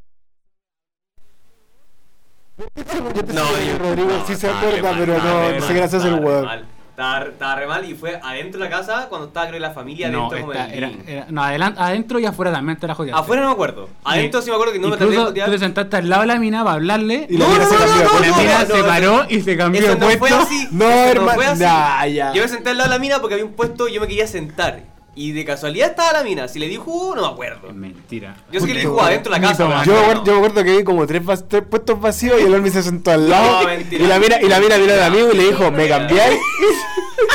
No, yo- Rodrigo no, sí se estaba re acuerda, mal, pero estaba no, re no mal, sé qué hacer estaba el re weón. mal. Estaba, estaba re mal y fue adentro de la casa cuando estaba creo que la familia No, adentro como esta del era, living. era- no adelan- adentro y afuera también te la jodías. Afuera no me acuerdo. Adentro sí, me acuerdo que no me traté de Incluso tú jotear. te sentaste al lado de la mina para hablarle. Y la mina se cambió de la puesto. mina no, se no, paró y se cambió Eso de no puesto. fue así. No, eso hermano, fue así. nah, ya. Yo me senté al lado de la mina porque había un puesto y yo me quería sentar. Y de casualidad estaba la mina. Si le di jugo, no me acuerdo. Es mentira. Yo sé que le di Puta, jugo adentro de la ni casa. tomar. pero Yo me, no. acuerdo, yo me acuerdo que vi como tres, vas- tres puestos vacíos y el hombre se sentó al lado. No, y mentira. la mira, y la mira miró al amigo y le dijo, ¿me cambiáis?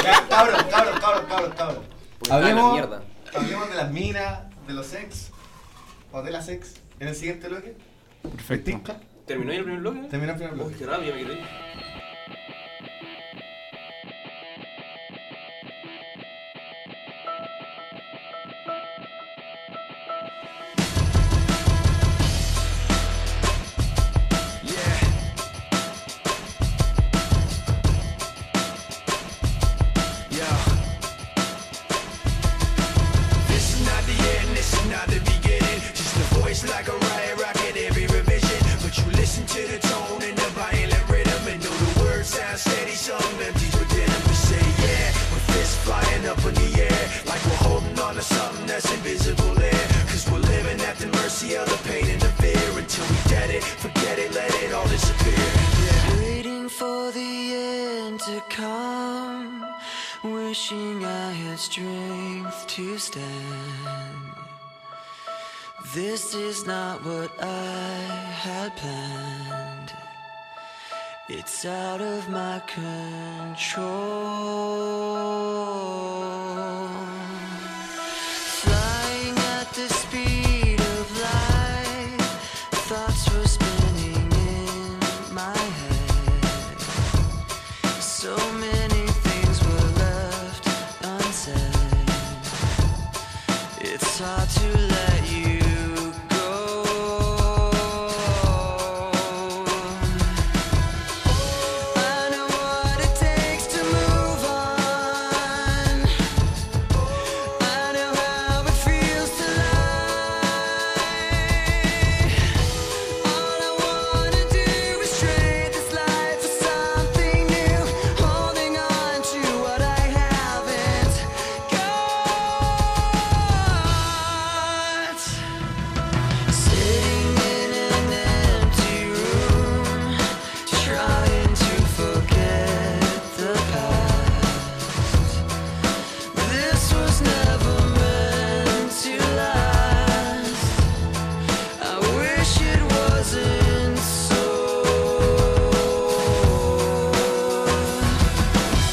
Ya, Cabros, cabros, cabros, cabros, cabros. Puta, la Hablemos mierda. Hablemos de las minas, de los sex, o de las sex, en el siguiente bloque. Perfecto. Tinca. ¿Terminó ya el primer bloque? Termina el primer Uy, bloque. qué rabia me quedé. This is not the end, this is not the beginning. Just a voice like a riot rocket every revision. But you listen to the tone and the violent rhythm. And though the words sound steady, some empties within them. We say, yeah, with fists flying up in the air. Like we're holding on to something that's invisible there. Cause we're living at the mercy of the pain and the fear. Until we dead it, forget it, let it all disappear. Yeah. Waiting for the end to come, wishing I had strength to stand. This is not what I had planned. It's out of my control. Flying at the speed of light, thoughts were spinning in my head. So many things were left unsaid. It's hard to let you go. I know what it takes to move on. I know how it feels to lie. All I wanna do is trade this life for something new, holding on to what I haven't got. Sitting in an empty room, trying to forget the past. This was never meant to last. I wish it wasn't so. I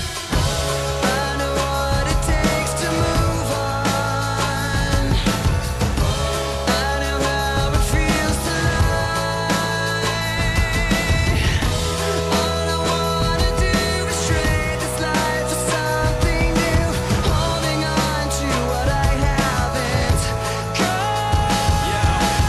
know what it takes to move on. I know how it feels to all I wanna do is trade this life for something new, holding on to what I haven't Yeah,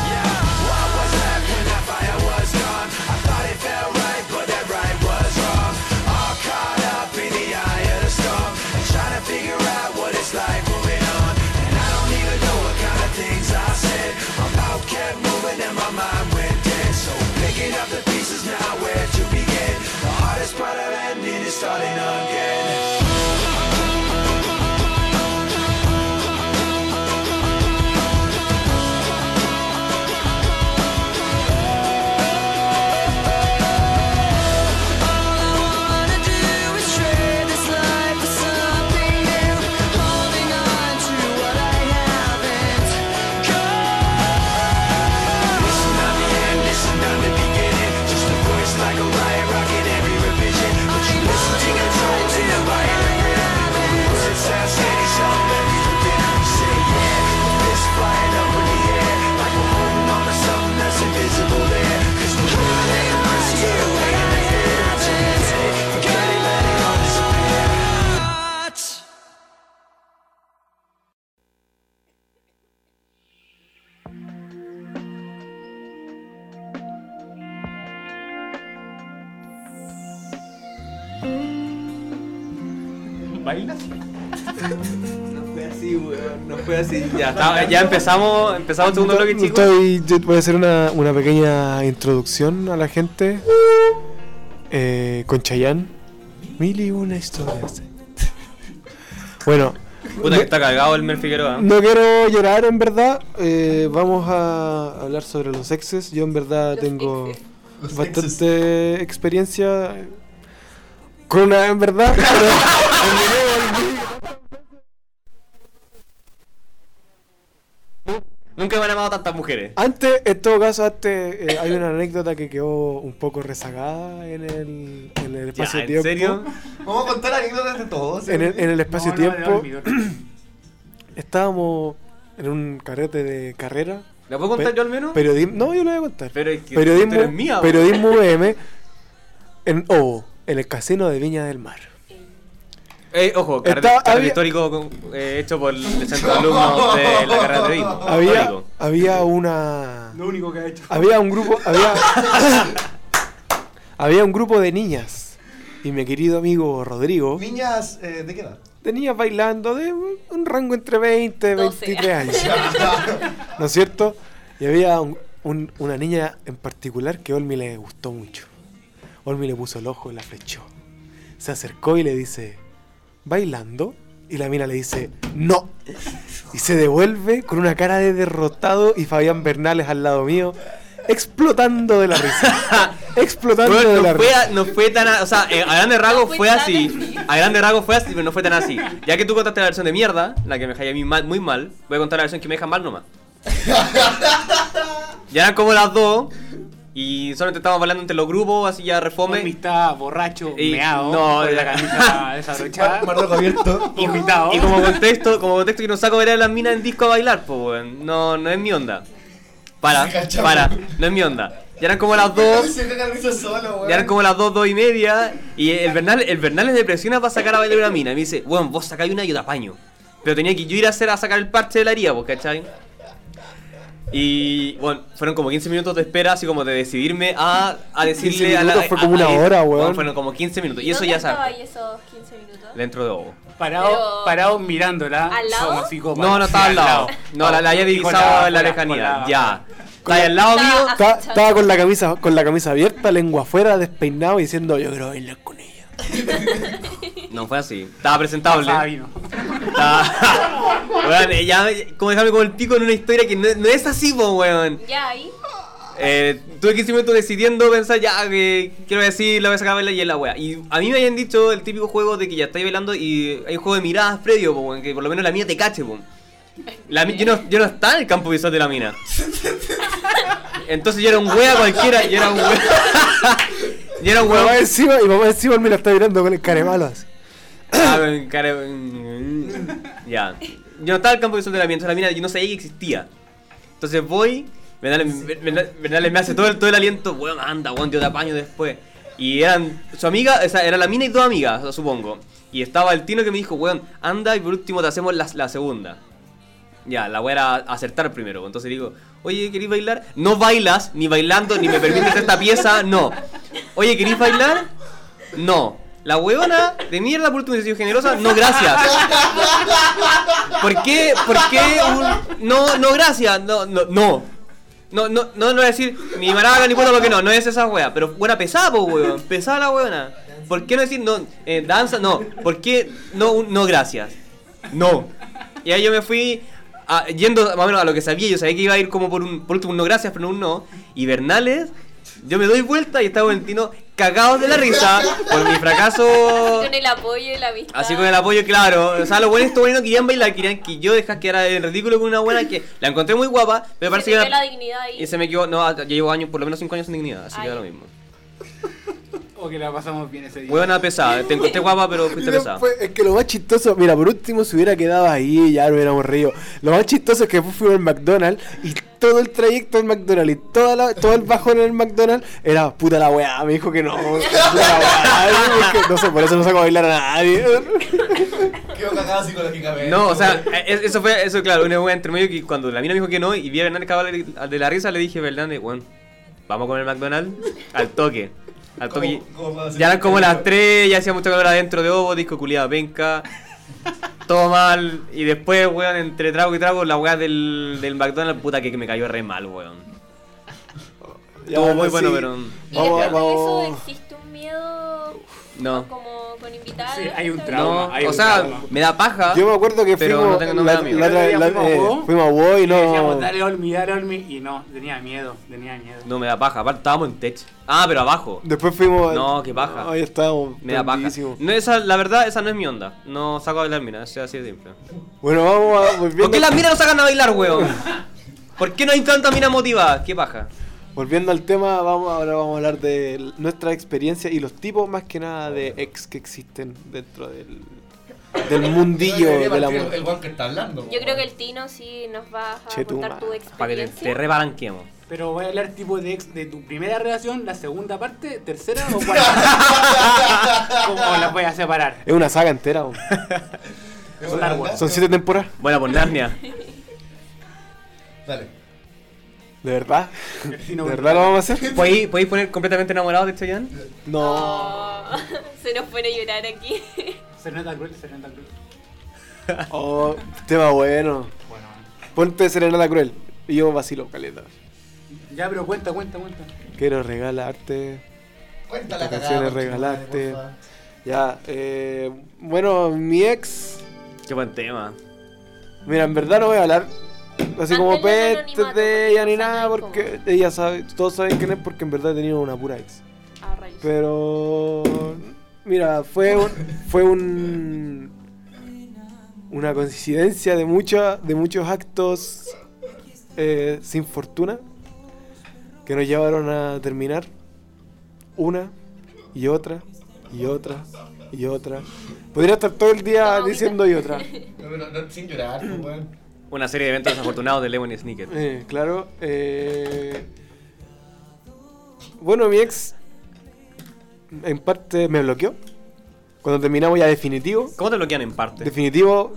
yeah. What was left when that fire was gone? I thought it felt right, but that right was wrong. All caught up in the eye of the storm and trying to figure out what it's like moving on. And I don't even know what kind of things I said. My mouth kept moving and my mind went dead. So picking up the pieces now, where to begin? The hardest part of ending is starting again. wanna do is trade this life for something new, holding on to what I haven't got. This is not the end, this is not the beginning. Just a voice like a riot rocket, every revision. But you listen to the tones in the violent rhythm. Words sound steady, some memories within. You say, yeah, with this flying up in the air. Like we're holding on to something that's invisible there. Cause we're living in the mercy of the way in the air. Until we get it, forget it, let it all disappear. ¿Bailas? No fue así, weón. No fue así. Ya, está- ya empezamos, empezamos el segundo bloque, chicos. Estoy- yo voy a hacer una, una pequeña introducción a la gente eh, con Chayanne. Mil y una historias. Bueno, Puta que está cagado el Mel Figueroa. no quiero llorar en verdad. eh, vamos a hablar sobre los exes. Yo en verdad Los tengo exes. Los exes. bastante experiencia con una en verdad. pero en mi nuevo Nunca me han amado tantas mujeres. Antes, en todo caso, antes eh, hay una anécdota que quedó un poco rezagada en el, en el Ya, espacio-tiempo. ¿en serio? Vamos a contar anécdotas de todos. En el, en el No, no, espacio-tiempo. no, no, no, no. estábamos en un carrete de carrera. ¿La puedo contar Pe- yo al menos? Periodismo. No, yo lo voy a contar. Pero es que periodismo, tú eres mía, po. periodismo VM en Ovo, en el casino de Viña del Mar. Eh, ojo, carrete, Estaba- carrete había- histórico con- eh, hecho por el centro de alumnos de la carrera de periodismo. Había, Histórico. había una. Lo único que ha hecho. Había un grupo. Había. había un grupo de niñas. Y mi querido amigo Rodrigo. Niñas, eh, ¿de qué edad? de niñas bailando de un un rango entre 20 y 12. 23 años. ¿No es cierto? Y había un- un- una niña en particular que Olmi le gustó mucho. Olmi le puso el ojo y la flechó. Se acercó y le dice, ¿bailando? Y la mina le dice, no. Y se devuelve con una cara de derrotado y Fabián Bernales al lado mío, explotando de la risa. explotando Bueno, de la no, fue, risa. a- no fue tan. a- o sea, eh, a grande No rasgo fue fue tan así. así. A grande rasgo fue así, pero no fue tan así. Ya que tú contaste la versión de mierda, la que me dejaría a mí mal- muy mal, voy a contar la versión que me deja mal nomás. ya eran como las dos. Y solamente estábamos hablando entre los grupos, así ya refome. Amistad, borracho, Y- meado, no, con la ya. camisa desabrochada, Marroco abierto. vomitado. Y como contexto, como contexto que no saco ver a las minas en disco a bailar, pues weón. No, no es mi onda. Para, para, no es mi onda. Ya eran como las dos. Se caga el piso solo, weón. Ya eran como las 2, 2 y media. Y el Bernal, el Bernal se presiona para sacar a bailar una mina. Y me dice, weón, vos sacáis una y yo te apaño. Pero tenía que yo ir a hacer a sacar el parche de la herida, pues, ¿cachai? Y bueno, fueron como 15 minutos de espera, así como de decidirme a, 15 a decirle a la. minutos fue como a- a- una hora, weón. Fueron como 15 minutos. Y eso ¿Dónde ya estaba sabes. ahí esos 15 minutos? Dentro de Ovo. Parado, Pero- parado mirándola. ¿Al lado? Somos psicópatas. No, no estaba al lado. No, la, la había Dijo, divisado en la con lejanía. con Ya. Está ahí al lado Estaba mío. Estaba, estaba con la camisa con la camisa abierta, lengua afuera, despeinado y diciendo yo quiero bailar con ella. No fue así. Estaba presentable. Pasaba vino. Ah, weón, eh, ya, eh, como dejarme como el pico en una historia que no, no es así, po, weón. Ya ahí. Eh, tuve 15 minutos decidiendo, pensar ya que quiero decir, la voy a sacar a bailar y es la wea. Y a mí me habían dicho el típico juego de que ya estáis bailando y hay un juego de miradas previo, po, weón, que por lo menos la mía te cache, po. La, mi- yo, no, yo no estaba en el campo visual de la mina. Entonces yo era un wea cualquiera, yo era un wea. yo era un Mi mamá wea. encima, y mamá encima me la está mirando con el caremalo así. Ah, weón, cara, weón. Ya. Yo no estaba al campo visual de la mina, entonces la mina yo no sabía que existía. Entonces voy, Bernales, Bernales- Bernales me hace todo el, todo el aliento, weón, anda, weón, yo te apaño después. Y eran su amiga, o sea, era la mina y dos amigas, supongo. Y estaba el tino que me dijo, weón, anda y por último te hacemos la, la segunda. Ya, la voy a acertar primero. Entonces digo, oye, ¿queréis bailar? No bailas, ni bailando, ni me permites esta pieza, no. Oye, ¿queréis bailar? No. La huevona de mierda, por último, decisión generosa, no, gracias. ¿Por qué? ¿Por qué? un- No, no, gracias. No, no, no. No, no, no, no voy a decir ni maraca ni puta porque no, no es esa wea. Pero buena pesada, po, weón. Pesada la weona. ¿Por qué no decir no? eh, danza, no. ¿Por qué no, un- no, gracias? No. Y ahí yo me fui a- yendo más o menos a lo que sabía. Yo sabía que iba a ir como por un, por último, un no gracias, pero no un no. Y Bernales, yo me doy vuelta y estaba Valentino cagados de la risa por mi fracaso. Con el apoyo y la vista. Así con el apoyo, claro. O sea, lo bueno es que querían bailar, querían que yo dejara que era el ridículo con una buena que la encontré muy guapa, Se pero parece te que ve la era- dignidad ahí. Y se me equivocó, no, ya llevo años, por lo menos 5 años sin dignidad, así que Ay. da lo mismo. O que la pasamos bien ese día. Huevona pesada, te encontré guapa, pero fuiste Y pesada. después, es que lo más chistoso, mira, por último se hubiera quedado ahí y ya no hubiéramos reído. Lo más chistoso es que después fuimos al McDonald's y todo el trayecto al McDonald's y toda la- todo el bajón en el McDonald's era puta la weá. Me dijo que no, puta la weá, es que no sé, por eso no saco a bailar a nadie. Quedó cagada psicológicamente. No, o sea, es- eso fue, eso claro, una wea entre medio que cuando la mina me dijo que no y vi a Hernández Cabal de la risa, le dije, Hernández, bueno, vamos a comer McDonald's al toque. Al toque. Ya eran como las 3, ya hacía mucho calor adentro de Ovo, disco culiado penca. Todo mal. Y después, weón, entre trago y trago, la weá del, del McDonald's, puta que, que me cayó re mal, weón. Estuvo muy bueno, pero. Y después Vamos, de eso vamos. existe un miedo No. como con invitados. Sí, hay un trauma. No, hay o un sea, trauma. me da paja. Yo me acuerdo que Pero fuimos. no tengo- no me la- da miedo. la otra- El otro día la- fuimos a eh, Bo, fuimos a Bo y Y decíamos, no. dale Olmi, dale Olmi. Y no, tenía miedo, tenía miedo. No, me da paja. Aparte, estábamos en tech. Ah, pero abajo. Después fuimos. No, qué paja. Ahí estábamos. Me da paja. prendidísimos. No, esa, la verdad, esa no es mi onda. No saco a bailar mina, sea así de simple. Bueno, vamos a. volviendo- ¿Por qué las minas no sacan a bailar, weón? ¿Por qué no hay tanta mina motivada? Qué paja. Volviendo al tema, vamos ahora vamos a hablar de l- nuestra experiencia y los tipos más que nada de ex que existen dentro del, del mundillo Debería de la partir el- música. El guan que está hablando. Yo creo que el Tino sí nos va a Che, tu contar tu madre. Para que te, te experiencia. rebalanqueemos. Pero voy a hablar tipo de, ex- de tu primera relación, la segunda parte, tercera o cuarta. ¿Cómo las voy a separar? Es una saga entera, bo. Es una Star Wars. verdad. son siete temporadas. Bueno, pues Narnia. Dale. ¿De verdad? ¿De Destino verdad lo vamos a hacer? ¿Podéis, podéis poner completamente enamorado de Chayanne? No. Oh, se nos pone a llorar aquí. Serenata Cruel, Serenata Cruel. Oh, tema bueno. Bueno, Ponte Serenata Cruel. Y yo vacilo, caleta. ya, pero cuenta, cuenta, cuenta. Quiero regalarte. Cuenta la Estas cagada. canciones conchetumare, regalaste. porfa. Ya, eh, bueno, mi ex. Qué buen tema. Mira, en verdad no voy a hablar así como Manténle el peste anonimato, de ella ni porque nada, no sabe porque ella sabe, todos saben quién es, porque en verdad he tenido una pura ex. Ah, rayos. Pero. Mira, fue un. Fue un. Una coincidencia de, mucha, de muchos actos eh, sin fortuna que nos llevaron a terminar una y otra y otra y otra. Podría estar todo el día Toma, diciendo y otra. No, pero no, sin llorar, pues, weón. Una serie de eventos desafortunados de Lemon y Snicket. Eh, claro. eh, Bueno, mi ex en parte me bloqueó. Cuando terminamos ya definitivo. ¿Cómo te bloquean en parte? Definitivo,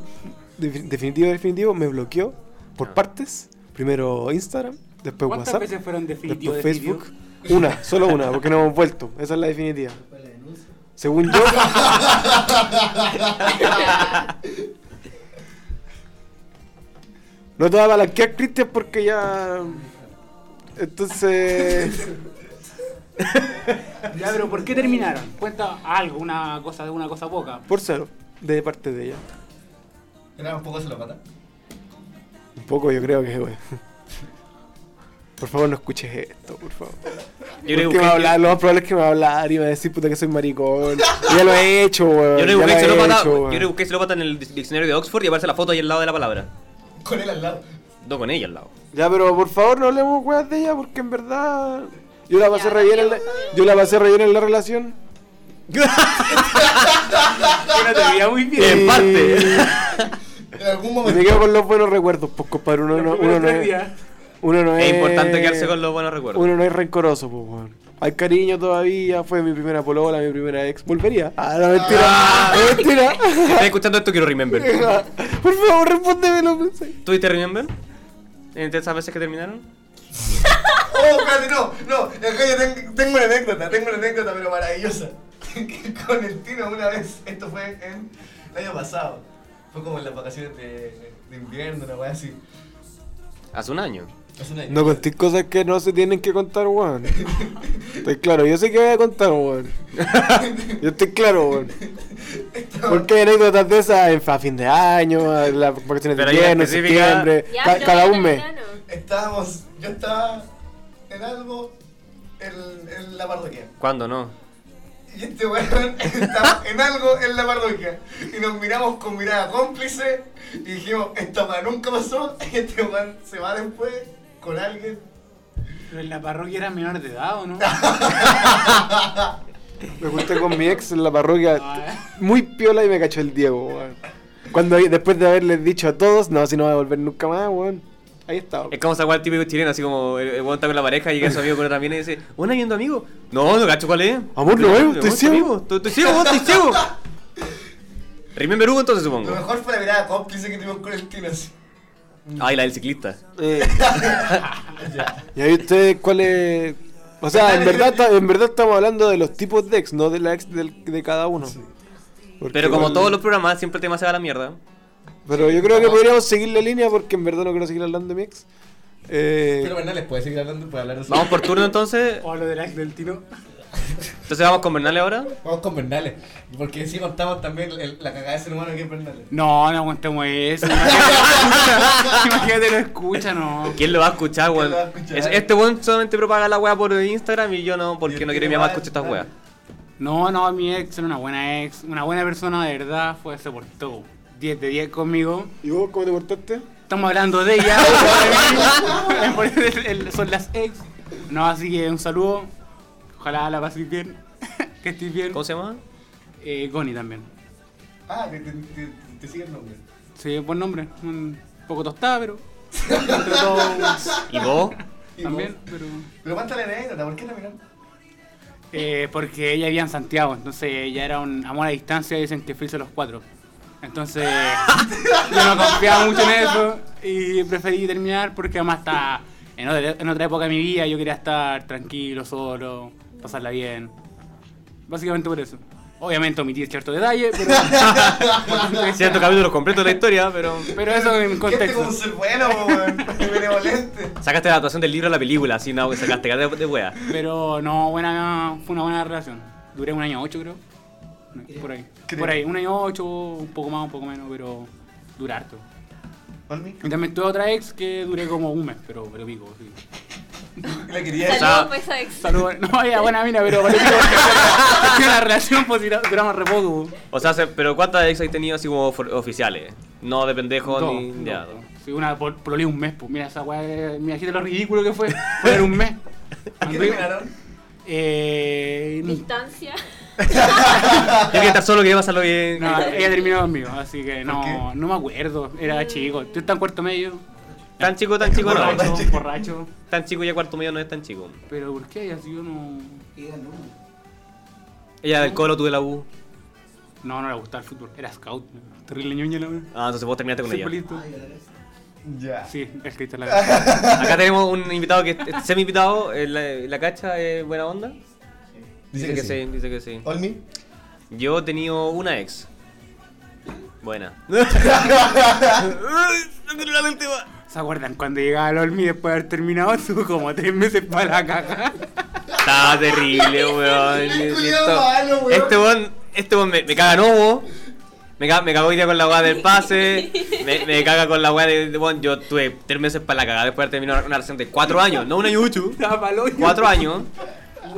defi- definitivo, definitivo, me bloqueó por Ah. partes. Primero Instagram, después ¿Cuántas WhatsApp, veces fueron definitivos? después Facebook. Una, solo una, porque no hemos vuelto. Esa es la definitiva. Según yo. no te va a balanquear, Cristian, porque ya. Entonces. Ya, pero ¿por qué terminaron? Cuenta algo, una cosa de una cosa poca. Por cero, de parte de ella. Era un poco se la pata. Un poco, yo creo que, güey. Por favor, no escuches esto, por favor. Yo creo Porque me que va a Eugenio- hablar, lo más probable es que me va a hablar y me va a decir puta que soy maricón. Y ya lo he hecho, weón. yo le ya lo busqué he celópata- hecho, yo weón. le busqué celópata en el dic- diccionario de Oxford y aparece la foto ahí al lado de la palabra. Con él al lado. No con ella al lado. Ya, pero por favor no hablemos weas de ella porque en verdad. Yo la pasé Ya, re bien en la, cambiamos. yo la pasé re bien en la relación. Yo no te veía muy bien. En parte. En algún Y me momento. quedo con los buenos recuerdos, pues compadre, uno no, Los uno primeros no tres es. días. Uno no es. Es importante quedarse con los buenos recuerdos. Uno no es rencoroso, pues weón. Hay cariño todavía, fue mi primera polola, mi primera ex. Volvería. Ah, no, mentira. No, Si mentira. estás escuchando esto, quiero remember. por favor, respóndeme los mensajes. ¿Tuviste remember? ¿Entre esas veces que terminaron? Oh, espérate, no, no. Es que yo ten- tengo una anécdota, tengo una anécdota, pero maravillosa. Que con el Tino una vez, esto fue en el año pasado. Fue como en las vacaciones de, de invierno, una weá así. Hace un año. Hace un año. No pues, contéis cosas que no se tienen que contar, weón. Estoy claro, yo sé que voy a contar, weón. Yo estoy claro, weón. Porque hay anécdotas de esas en- a fin de año, a las vacaciones de Pero hay una invierno, en específica- septiembre, Ya, ca- pero cada era un mes. verano. Estábamos, yo estaba en algo, en, en la parroquia. ¿Cuándo no? Y este weón estaba en algo en la parroquia. Y nos miramos con mirada cómplice y dijimos, esta weá nunca pasó. Y este weón se va después con alguien. Pero en la parroquia era menor de edad, ¿o no? Me junté con mi ex en la parroquia, Ah, muy piola y me cachó el Diego, weón. Cuando después de haberles dicho a todos, no, si no voy a volver nunca más, weón. Ahí estaba. Es como esa guay típico chileno, así como el el weón está con la pareja y llega su amigo con otra mina y dice, ¿Una viendo amigo? No, no cacho cuál es. Amor, no veo, Amor, estoy ciego. amigo, Estoy estoy ciego, weón, estoy ciego. Remember Hugo entonces Lo supongo. mejor fue la mirada cómplice que tuvimos con el Tino. así. Ay, la del ciclista. Eh. y ahí ustedes cuáles. O sea, en verdad, ta- en verdad estamos hablando de los tipos de ex, no de la ex del- de cada uno. Porque Pero como igual- todos los programas, siempre el tema se va a la mierda. Pero yo creo que podríamos seguir la línea porque en verdad no quiero seguir hablando de mi ex. Eh, Pero Bernales puede seguir hablando, puede hablar de su- Vamos por turno entonces. o lo del ex del tino. Entonces vamos con Bernal ahora. Vamos con Bernales. Porque sí contamos también el- la cagada de ser humano que es Bernales. No, no aguantemos eso. Imagínate, imagínate, no escucha, no. ¿Quién lo va a escuchar, ¿Quién weón? lo va a escuchar? Es- Este weón solamente propaga la weá por Instagram y yo no, Y porque el no tío quiero que mi va mamá a escuche estas estar- weas. No, no, mi ex era una buena ex, una buena persona, de verdad, fue, se portó 10 de 10 conmigo. ¿Y vos cómo te portaste? Estamos hablando de ella, por eso el- el- son las ex. No, así que un saludo, ojalá la pases bien, que estés bien. ¿Cómo se llama? Eh, Connie también. Ah, te, te, te, te sigue el nombre. Sí, buen nombre. Un poco tostada, pero. Entre todos, ¿Y vos? Y también, vos. pero. Pero cuéntale la anécdota, ¿por qué la miraron? Eh, porque ella vivía en Santiago, entonces ya era un amor a distancia, dicen que Phil se los cuatro. Entonces yo no confiaba mucho en eso y preferí terminar porque además está en otra, en otra época de mi vida, yo quería estar tranquilo, solo, pasarla bien. Básicamente por eso. Obviamente omití cierto detalle, pero... Cierto capítulo completo de la historia, pero. pero eso en Gente contexto. como ser bueno, po, weón. benevolente. Sacaste la actuación del libro a la película, así no, sacaste cara de, de wea. Pero no, buena, fue una buena relación. Duré un año ocho, creo. Por ahí. Creo. Por ahí, un año ocho, un poco más, un poco menos, pero duré harto. Palmi, Y también tuve otra ex que duré como un mes, pero, pero pico. Sí. la quería. Saludos, pues, a ex. Saludos. No, era buena mina, pero vale pico. porque la relación pues dura- duramos re poco. O sea, se- pero ¿cuántas ex has tenido así como for- oficiales? No de pendejo Dos, ni. dos. ya, dos. Sí, una por, por un mes, pues mira esa weá, mira, fíjate lo ridículo que fue. Fue un mes. ¿Por qué terminaron? Eh, Mm. Distancia. Yo quería estar solo, quería pasarlo bien. No, ella terminó conmigo, así que no, qué? no me acuerdo. Era chico. Yo estaba en cuarto medio. Tan chico, tan chico no. borracho, borracho. Tan chico ya cuarto medio no es tan chico. Pero ¿por qué? Así yo no. Ella del colo, tú de la U. No, no le gustaba el fútbol. Era scout. Terrible ñoña la verdad. Ah, entonces vos terminaste con ella. Siempre listo. Ya. Sí, el cristal la verdad. Acá tenemos un invitado que es semi invitado, eh, la, la cacha es buena onda. Dice que sí, dice que sí. Olmi. Yo he tenido una ex. Buena. ¿Se acuerdan cuando llegaba el Olmi después de haber terminado? Estuvo como tres meses para la caja. Estaba terrible, weón. Qué Esto- culiao malo, weón. Este weón, este weón me, me caga Novo. Me, ca- me cagó hoy día con la weá del pase. Me, me caga con la weá de, de- weón, Yo tuve tres meses para la cagada después de terminar una relación de cuatro años, no un año y ocho. Cuatro años.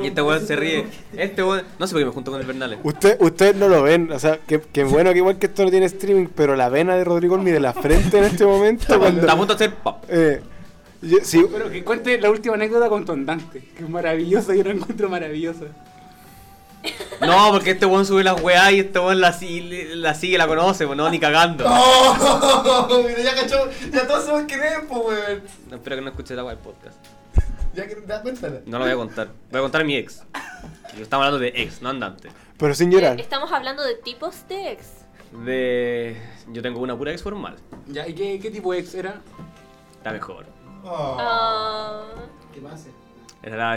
Y este weón se ríe. Este weón. No sé por qué me junto con el Bernales. Usted- Ustedes no lo ven, o sea, que, que bueno que igual que esto no tiene streaming, pero la vena de Rodrigo Olmi de la frente en este momento cuando... Está a punto de hacer pop. eh, yo- sí, Pero que cuente la última anécdota con Tondante, que es maravillosa, yo la encuentro maravillosa. No, porque este weón sube las weá y este weón la, sigue- la sigue, la conoce, pues no, ni cagando. ¡Oh! Mira, ya cachó. Ya todos sabemos quién es, po, weón. No, espero que no escuche la weá del podcast. Ya que da cuéntala. No lo voy a contar. Voy a contar a mi ex. Yo estaba hablando de ex, no andante. pero sin llorar. Eh, Estamos hablando de tipos de ex. De. Yo tengo una pura ex formal. Ya, ¿y qué, qué tipo de ex era? La mejor. Oh. Ah, ¿Qué pasa? Era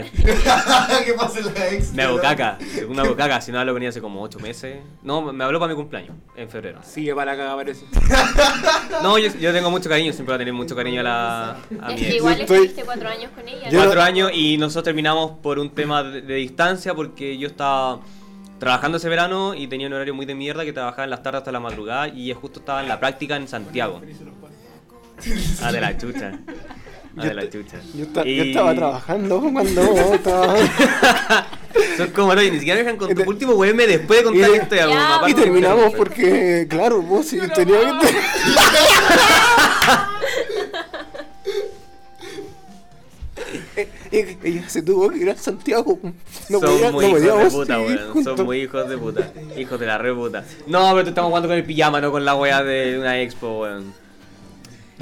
la. ¿Qué pasa en la ex? Me hago caca. Me hago caca. Si no hablo venía hace como 8 meses. No, me habló para mi cumpleaños, en febrero. Sigue para la caga, parece. No, yo, yo tengo mucho cariño, siempre voy a tener mucho cariño a la. A es mi que ex. igual Yo estoy- estuviste cuatro años con ella. Yo- Ah, cuatro años y nosotros terminamos por un tema de, de distancia porque yo estaba trabajando ese verano y tenía un horario muy de mierda que trabajaba en las tardes hasta la madrugada y yo justo estaba en la práctica en Santiago. Ah, de la chucha. Ah, de la chucha. Yo, esta- yo Y estaba trabajando cuando estaba... Son como, no, y ni siquiera me dejan Y te- contar. Último WM después de contar y te- esto. ya, Ya, bueno, aparte Y me terminamos interrumpen. porque, claro, vos sí tenía que... Eh, eh, Ella se tuvo que ir a Santiago. No son podía, no muy hijos de podíamos puta, seguir weón. juntos. Son muy hijos de puta. Hijos de la re puta. No, pero te estamos jugando con el pijama, no con la weá de una expo, weón.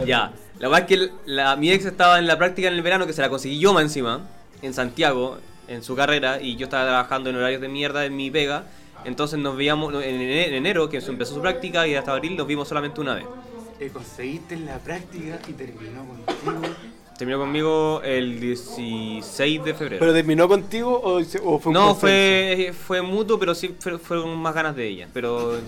Ya. La verdad es que la- mi ex estaba en la práctica en el verano, que se la conseguí yo más encima, en Santiago, en su carrera, y yo estaba trabajando en horarios de mierda en mi pega. Entonces nos veíamos no, en ene- en enero, que su- empezó su práctica, y hasta abril nos vimos solamente una vez. Te conseguiste en la práctica y terminó contigo. Terminó conmigo el 16 de febrero. ¿Pero terminó contigo o, se- o fue un no, consenso? fue, fue mutuo, pero sí fue- fueron más ganas de ella. Pero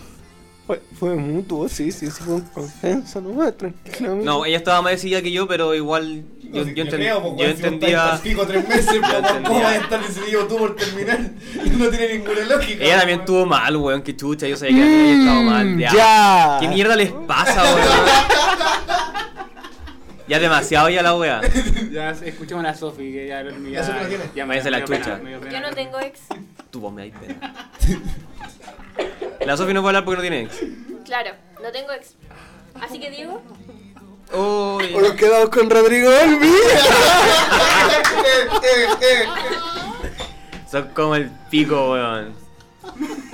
Fue, fue mutuo, sí, sí, sí, fue un consenso, nomás, ¿Mm? tranquilamente. No, ella estaba más decidida que yo, pero igual yo, yo, enten- pues, yo entendía. Pico tres meses, po, weón. ¿cómo entendía. vas a estar decidido tú por terminar? No tiene ninguna lógica. Ella también tú tuvo mal, weón, qué chucha, yo sabía que Mm, había estado mal. Ya. ya. ¿Qué mierda les pasa, weón? ya demasiado ya la wea. Ya escuchemos a la Sofi, que ya ya, La Sofi no tiene. ya Váyase me la dio pena, chucha. me dio pena. Yo no tengo ex. Tú vos me dais pena. La Sofi no puede hablar porque no tiene ex. Claro, no tengo ex. Así que Diego, Uy. ¿O nos quedamos con Rodrigo Olmi? Ah. Eh, Son como el pico, weón.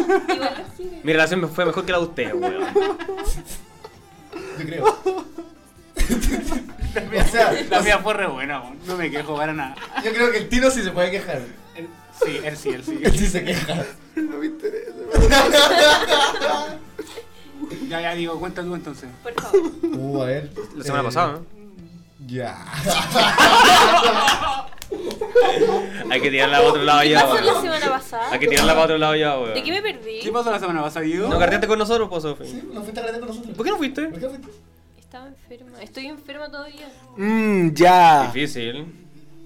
Igual los giles. Mi relación me fue mejor que la de ustedes, weón. Yo creo. o sea, La mía fue re buena, weón. no me quejo para nada. yo creo que el Tino sí se puede quejar. Él- Sí, él sí, él sí. Él sí se queja. No me interesa. Ya, ya, digo, cuenta tú entonces. Por favor. Uh, a ver. La semana Eh, pasada, ¿no? Ya. Hay que tirarla para otro lado ¿Qué ya, pasó la weón. semana pasada? Hay que tirarla para otro lado ya, ¿De qué weón. me perdí? ¿Qué pasó la semana pasada, Diego? ¿No carteaste con nosotros, po, Sí, Sofi? ¿No fuiste a carretear con nosotros? ¿Por qué no fuiste? ¿Por qué fuiste? Estaba enferma. Estoy enferma todavía. Mmm, ya. Difícil.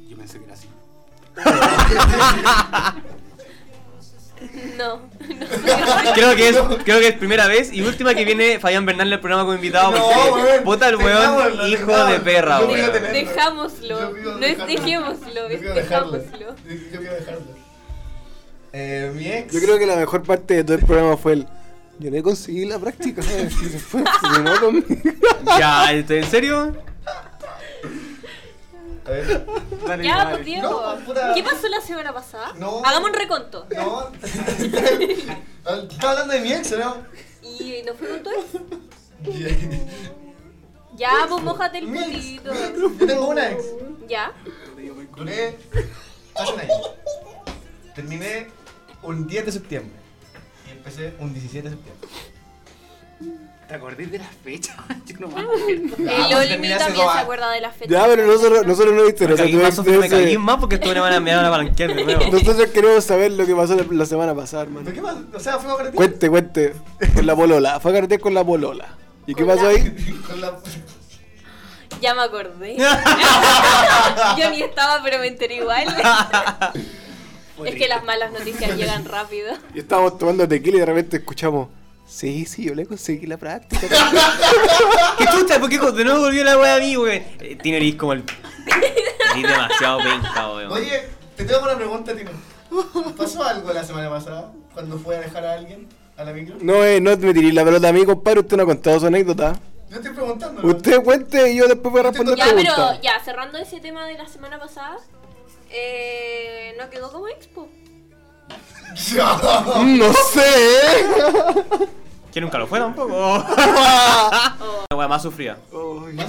Yo pensé que era así. No, no. Creo que es, creo que es primera vez y última que viene Fabián Bernal al programa como invitado. No, porque weón, Puta el tengámoslo, weón, hijo de tengámoslo. perra, Yo quiero weón. tener- Dejámoslo. Yo quiero No es dejarlo. dejémoslo, Yo es quiero dejarlo. dejámoslo. Yo quiero dejarlo. Eh, mi ex. Yo creo que la mejor parte de todo el programa fue el. Yo no conseguí la práctica. ¿sabes? Y se fue, se llenó conmigo. Ya, este, ¿en serio? A ver. Dale, Ya, dale. pues Diego. No, pues, puta. ¿Qué pasó la semana pasada? No. Hagamos un reconto. No. Estaba hablando de mi ex, ¿o ¿no? ¿Y no fue con todo eso? Mi Ya, pues mojate el ex. putito. Yo tengo una ex. Ya. Duré casi un año. Terminé un 10 de septiembre. Y empecé un 17 de septiembre. ¿Te acordás de la fecha? Yo no me El acuerdo. pues, Oli terminé también hace se dos años. acuerda de las fechas. Ya, pero nosotros, nosotros no viste. Me cagué más, Nosotros, Sofi, me cagué ese- más porque estuve una me van a palanquear de nuevo. nosotros queremos saber lo que pasó la, la semana pasada, hermano. ¿Pero qué pasó? O sea, fuimos a carretear. Cuente, cuente. Con la polola. Fue a carretear con la polola. ¿Y qué Con pasó la- ahí? Con la- Ya me acordé. Yo ni estaba, pero me enteré igual. es que las malas noticias llegan rápido. Y estábamos tomando tequila y de repente escuchamos. Sí, sí, yo le conseguí la práctica. ¿Qué chucha? ¿Por qué de nuevo volvió la wea a mí, weón? Eh, Tiene eris como el. Eres demasiado penca, weón. Oye, te tengo una pregunta, Tino. ¿Pasó algo la semana pasada cuando fue a dejar a alguien a la micro? No, eh, no me tiré la pelota a mí, compadre. Usted no ha contado su anécdota. Yo estoy preguntando. ¿no? Usted cuente y yo después voy a responder Ya, preguntas. pero ya, cerrando ese tema de la semana pasada, eh, no quedó como expo. Mm, No sé. ¿eh? Que nunca lo fue tampoco. La wea más sufrida. ¿Ya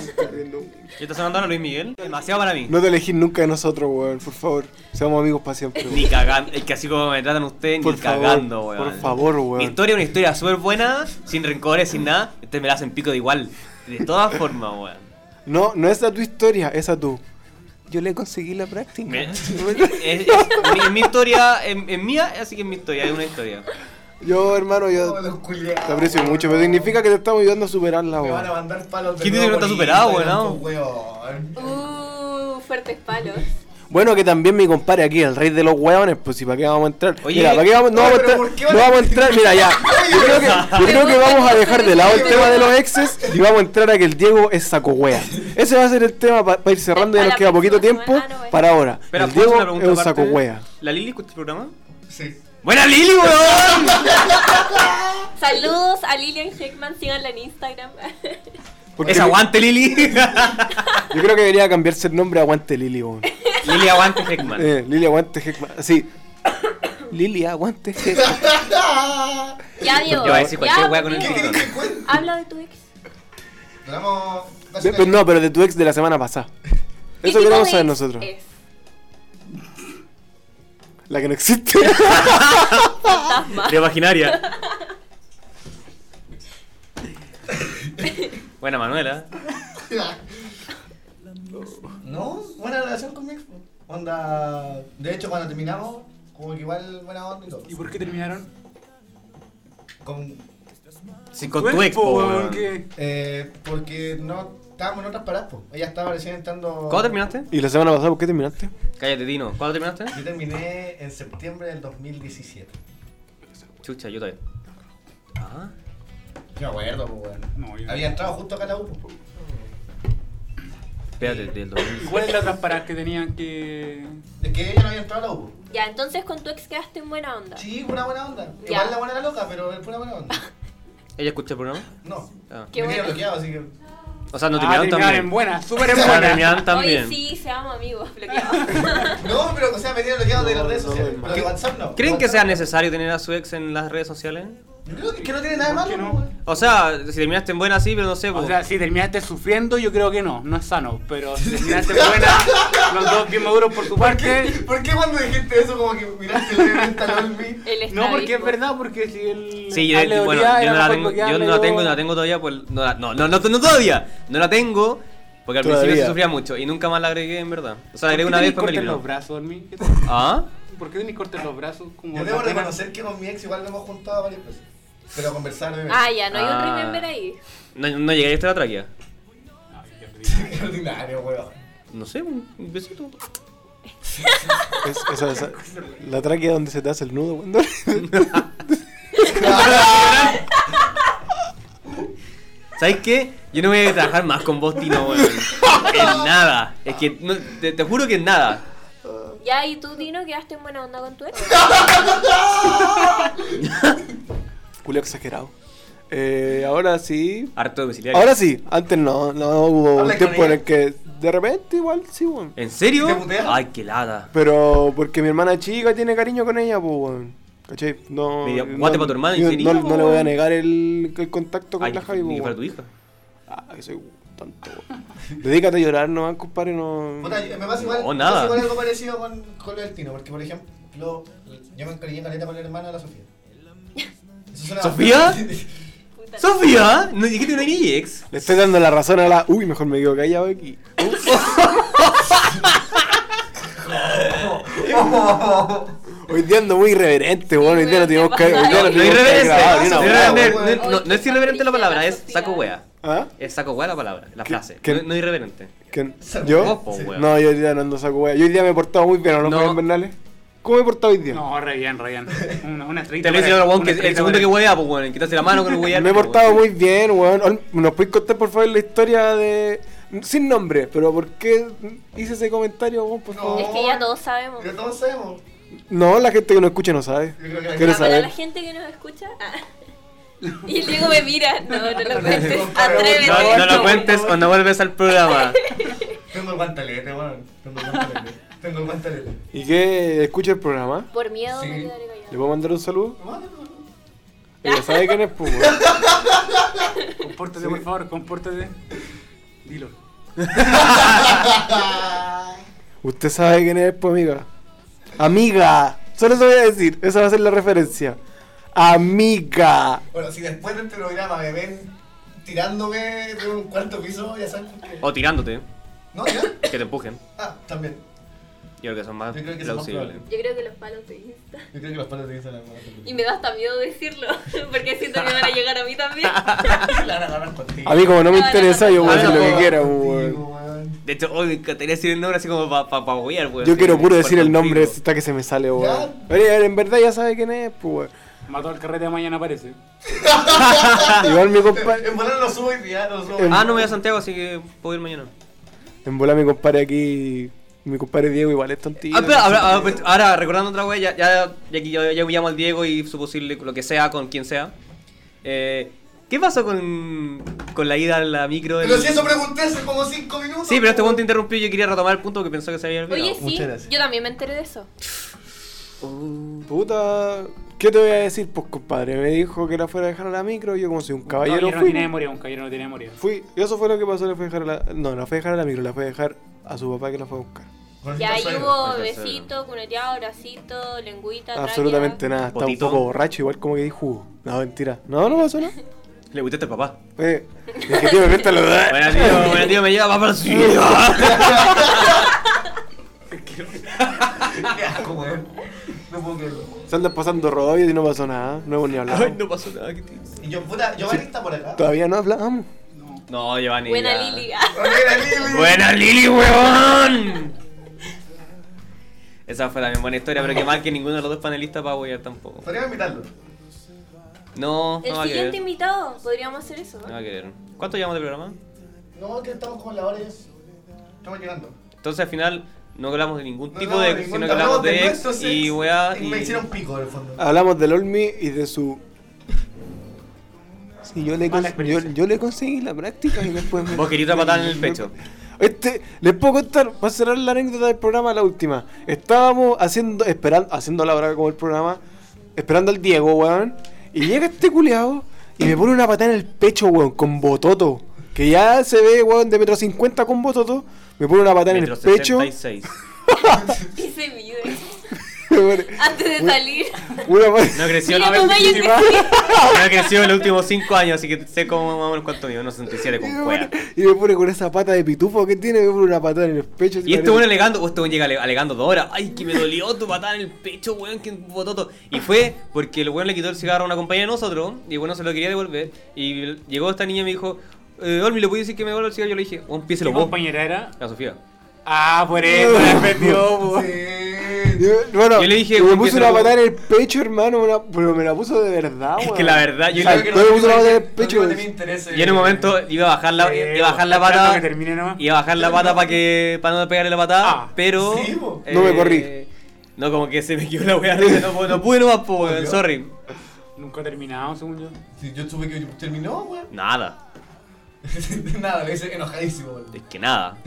está sonando ahora Luis Miguel? Demasiado para mí. No te elegís nunca de nosotros, weón, por favor. Seamos amigos para siempre. Ni weón. cagando, es que así como me tratan ustedes, ni Por favor, cagando, weón. por favor, weón. Mi historia es una historia súper buena, sin rencores, sin nada. Ustedes me la hacen pico de igual. De todas formas, weón. No, no es a tu historia, es a tu. Yo le conseguí la práctica. Me- es, es- mi, es mi historia, en, en mía, así que es mi historia, es una historia. Yo, hermano, yo Oh, los culiados, te aprecio weón. mucho, pero significa que te estamos ayudando a superarla, Me van a weón. mandar palos de ¿Quién dice nuevo que no está por superado, Instagram, weón? pues, weón? Uh, fuertes palos. Bueno, que también mi compadre aquí, el rey de los weones, pues si para qué vamos a entrar. Oye. mira, ¿para qué vamos? No Oye, vamos a pero entrar. ¿por qué van No a- vamos a entrar, mira, ya. Yo creo que, yo creo que vamos a dejar de lado el tema de los exes y vamos a entrar a que el Diego es saco wea. Ese va a ser el tema para ir cerrando, ya Para nos la queda poquito próxima tiempo semana, no, eh. para ahora. Espera, El ¿puedo hacer Diego es un saco aparte? wea. ¿La Lili escucha el programa? Sí. ¡Buena Lili, weón! Saludos a Lilian Heckman, síganla en Instagram. Porque ¡Es aguante, Lili! Yo creo que debería cambiarse el nombre a Aguante Lili, weón. Lili, aguante, Heckman. Eh, Lili Aguante Heckman. Sí. Lili Aguante Heckman. ya, Diego. Yo voy a decir cualquier ya, wea con el Diego, ¿Qué querés que cuente? Habla de tu ex. Nos vamos. va a De- ser pero ahí. pues, no, pero de tu ex de la semana pasada. ¿Qué tipo Eso queremos de saber ex nosotros. Eh. es? La que no existe. Fantasma. De imaginaria. Buena Manuela. No, buena relación con mi ex. po. Onda. De hecho, cuando terminamos, como que igual buena onda y todo. ¿Y por qué terminaron? Con, Sí, con tu ex, po, weón. ¿Qué? eh, porque no estábamos en otras paradas, po. Ella estaba recién entrando. ¿Cuándo terminaste? ¿Y la semana pasada por qué terminaste? Cállate, Dino. ¿Cuándo terminaste? Yo terminé en septiembre del 2017. Chucha, yo todavía. Ah. Yo me acuerdo, pues, weón. No, yo- Había entrado justo acá a la U, po. Espérate, del 2000. ¿Cuáles las otras paradas que tenían que.? Es que ella no había entrado a la U. po. Ya, entonces con tu ex quedaste en buena onda. Sí, fue una buena onda. Ya. Igual la buena era loca, pero fue una buena onda. ¿Ella escucha el programa? No. Ah. Qué me tenía bueno. bloqueado, así que. O sea, no terminaron Ah, terminaron también. en buena, súper en Ah, buena. terminaron también. Oye, sí, seamos amigos, bloqueados. No, pero o sea, me tienen bloqueado de las redes no, sociales. no, pero de WhatsApp no. ¿Creen que WhatsApp sea no. necesario tener a su ex en las redes sociales? Yo creo que, que no tiene nada de malo, no? no, weón. O sea, si terminaste en buena, sí, pero no sé. O po. sea, si terminaste sufriendo, yo creo que no, no es sano. Pero si terminaste buena, los dos bien maduros por tu parte. ¿Por qué cuando dijiste eso como que miraste el dedo está LOL me? El No, porque es estrabismo. verdad, porque si él. Sí, yo, a él Ah, le bueno, dolía, yo era no la mejor tengo, yo bloquearle, no la yo- tengo, no la tengo todavía, pues no, la- no, no, no, no todavía, no la tengo, porque al principio Todavía. se sufría mucho y nunca más la agregué en verdad. O sea, la ¿Por qué agregué una vez tenés para me corte en eliminó. los brazos, Armin? ¿Qué te- ¿Ah? ¿Por qué tenés corte en los brazos? Como Yo debo la pena? reconocer que con mi ex igual lo hemos juntado varias veces. Pero conversar no me Ah, ya, no hay un Ah. remember ahí. No, no llegué a estar la tráquea. Qué ordinario, weón. No sé, un un besito. Es, esa- esa- la tráquea donde se te hace el nudo, weón. ¿Sabes qué? Yo no voy a trabajar más con vos, Tino, weón. En nada. Es que no- te, te juro que en nada. Ya, ¿y tú, Dino, quedaste en buena onda con tu ex? Culeo exagerado. Eh, ahora sí. Harto domiciliario. Ahora sí, antes no, no hubo Habla un con tiempo en ella. el que de repente igual sí, weón. ¿En serio? ¿Te puteas? Ay, qué lada. Pero porque mi hermana chica tiene cariño con ella, pues, weón. ¿Cachai? No. Media- no- guate pa' tu hermana, yo ¿en no, serio, no le voy a weón? negar el, el contacto con Ay, la Javi, ni pues, que fuera weón. tu hija. Ah, que soy tonto, weón. Dedícate a llorar, no, compadre, no. Puta, me pasa igual, No, me nada. pasa igual algo parecido con, con lo del Tino, porque por ejemplo, yo me encariñé en caleta con la hermana de la Sofía. Eso suena ¿Sofía? bastante- Puta. Sofía, ¿no dijiste una ni ex? Le estoy dando la razón a la. Uy, mejor me quedo callado aquí. Hoy día ando muy irreverente, weón. Hoy día no tenemos que. Hoy día No, no no tenemos que irreverente. grabar ni una No, weá, irreverente, weón. no- no- no es irreverente la palabra, es saco wea. ¿Ah? Es saco wea la palabra, la frase. qué- No, no irreverente. ¿Quién? Saco ¿Yo? Vos, po, Sí. weón. No, yo hoy día no ando saco wea. Yo hoy día me he portado muy bien, ¿o ¿no, No. Juan Bernales? ¿Cómo me he portado hoy día? No, re bien, re bien. Una, una Te estrellita. lo dice para- el weón una que el estrellita segundo que para- wea, pues weón, quitarse la mano con el wea. Me he portado muy bien, weón. Ol- ¿Nos puedes contar, por favor, la historia de. Sin nombre, pero ¿por qué hice ese comentario, weón? Por No. favor. Es que ya todos sabemos. Pero todos sabemos. No, la gente que no escucha no sabe. Yo creo que la Quiero Ya, para saber. la gente que nos escucha. ah. Y el Diego me mira. No, no lo cuentes. Atrévete. No, no lo cuentes o no vuelves al programa. Tengo el guantelete, weón. Tengo el guantelete. Tengo el guantelete. ¿Y qué? ¿Escucha el programa? Por miedo me Sí. quedaré ¿Le callado. puedo mandar un saludo? No, no, no. Ella sabe quién es, pues, weón. Compórtate, por favor, compórtate. Dilo. Usted sabe quién es, pues, amiga. Amiga. Solo eso voy a decir. Esa va a ser la referencia. Amiga. Bueno, si después del programa me ven tirándome de un cuarto piso, ya saben por qué. O tirándote, No, ya. que te empujen. Ah, también. Yo creo que son más Yo creo que es más plausibles. probable. Yo creo que los palos te insta. Yo creo que los palos te dicen la mano. Y me da hasta miedo decirlo. Porque siento que van a llegar a mí también. La van a Ah, agarrar contigo. A mí, como no me No, no, interesa, yo voy a no. decir lo que Ah, quiera, pues, weón. weón. De hecho, hoy me encantaría decir el nombre así como para pa, pa huear, weón. Yo así, quiero puro decir el cuarto nombre pico. hasta que se me sale, weón. Oye, a ver, en verdad ya sabe quién es, pues, Mató al carrete de mañana, parece. weón. Igual mi compadre. En volar lo subo y ya lo subo. Ah, no me voy a Santiago, así que puedo ir mañana. En bola mi compadre aquí. Mi compadre Diego igual es tontito. Ah, pero ahora, ahora- ahora, recordando otra wea, ya, ya, ya, que yo- yo llamo al Diego y su posible, lo que sea, con quien sea. Eh, ¿Qué pasó con, con la ida a la micro? del- Pero si eso pregunté hace como 5 minutos. Sí, pero este weón te interrumpió y yo quería retomar el punto que pensó que se había olvidado. Oye, sí. Muchas gracias. Yo también me enteré de eso. ah. Puta. ¿Qué te voy a decir? Pues, compadre, me dijo que la fuera a dejar a la micro. Yo, como si un caballero. no, no fui, tiene pues. memoria, un caballero no tiene memoria. Fui, eso fue lo que pasó, le fue a dejar a la. No, la fue a dejar a la micro, la fue a dejar a su papá que la fue a buscar. Con el Ya ahí tercero. hubo el tercero. besito, cuneteado, bracito, lengüita. tráquea. Absolutamente nada, estaba un Potito. poco borracho, igual como que di jugo. No, mentira. No, no pasó nada. Le gustaste al papá. Eh, es que tío, me presta lo de. Bueno, tío, bueno, tío, me lleva papá al suicidio. Qué asco, weón. No puedo creerlo. Se andan pasando rollos y no pasó nada. No hemos ni hablado. no pasó nada, que tío. Y yo, puta, Giovanni está por acá. Todavía no hablamos. No, Giovanni. Buena ya. Lili. Ah, Hola, Lili. Buena Lili, weón. Esa fue también buena historia, pero que mal que ninguno de los dos panelistas va a huear tampoco. Podríamos invitarlo. No, no El va a siguiente querer. invitado, podríamos hacer eso. ¿no? No va a querer. ¿Cuánto llevamos de programa? No, que estamos como en la hora y es- Estamos llegando. Entonces al final no hablamos de ningún No tipo hablamos de de ex, ningún- sino que hablamos hablamos de de ex nuestros y ex. weá. Ah, Y me hicieron pico en el fondo. Hablamos del Olmi y de su. si yo le, Mala cons- yo, experiencia. yo le conseguí la práctica y después me... Vos querías una patada en el pecho. Este, les puedo contar, para cerrar la anécdota del programa, la última. Estábamos haciendo, esperando, haciendo la hora como el programa, esperando al Diego, weón. Y llega este culiao y me pone una patada en el pecho, weón, con bototo. Que ya se ve, weón, de metro cincuenta con bototo. Me pone una patada Metro en el pecho. 76. Y se mide. me pone Antes de salir. una pat- No creció, Mira no, cómo yo no crecí. ha crecido en los últimos 5 años, así que sé cómo más o menos cuánto mido, unos 67 y, con me cueva. pone, y me pone con esa pata de pitufo que tiene, me pone una patada en el pecho. así Y este parece- weón alegando, o este weón llega ale- alegando dos horas. Ay, que me dolió tu patada en el pecho, weón, que bototo. Y fue porque el weón le quitó el cigarro a una compañera de nosotros, y bueno, se lo quería devolver. Y llegó esta niña y me dijo, eh, Olmi, ¿le puedes decir que me devuelva el cigarro? Yo le dije, weón, ¿Qué piéselo vos. compañera era? La Sofía. Ah, por eso, la perdió, po. Sí. Y, bueno, Yo le dije, y me weón, puso que una se lo- patada en el pecho, hermano, una- pero me la puso de verdad, Es weón. que la verdad, yo, Yo Saltó creo le- que y no puso la tengo- mano en el no tengo pecho. de mi interés, yo en un momento iba a bajar la, Eh, iba a bajar la esperando pata. que termine nomás. Iba a bajar la pata para que para no pegarle la patada, Ah, pero eh, sí, po. No me corrí. No, como que se me quedó la weá, no, pude- no pude nomás, po, weón, Obvio. sorry. Nunca terminado, según yo. Sí, yo supe que terminó, weón. Nada, Nada, le dice enojadísimo, weón. es que nada.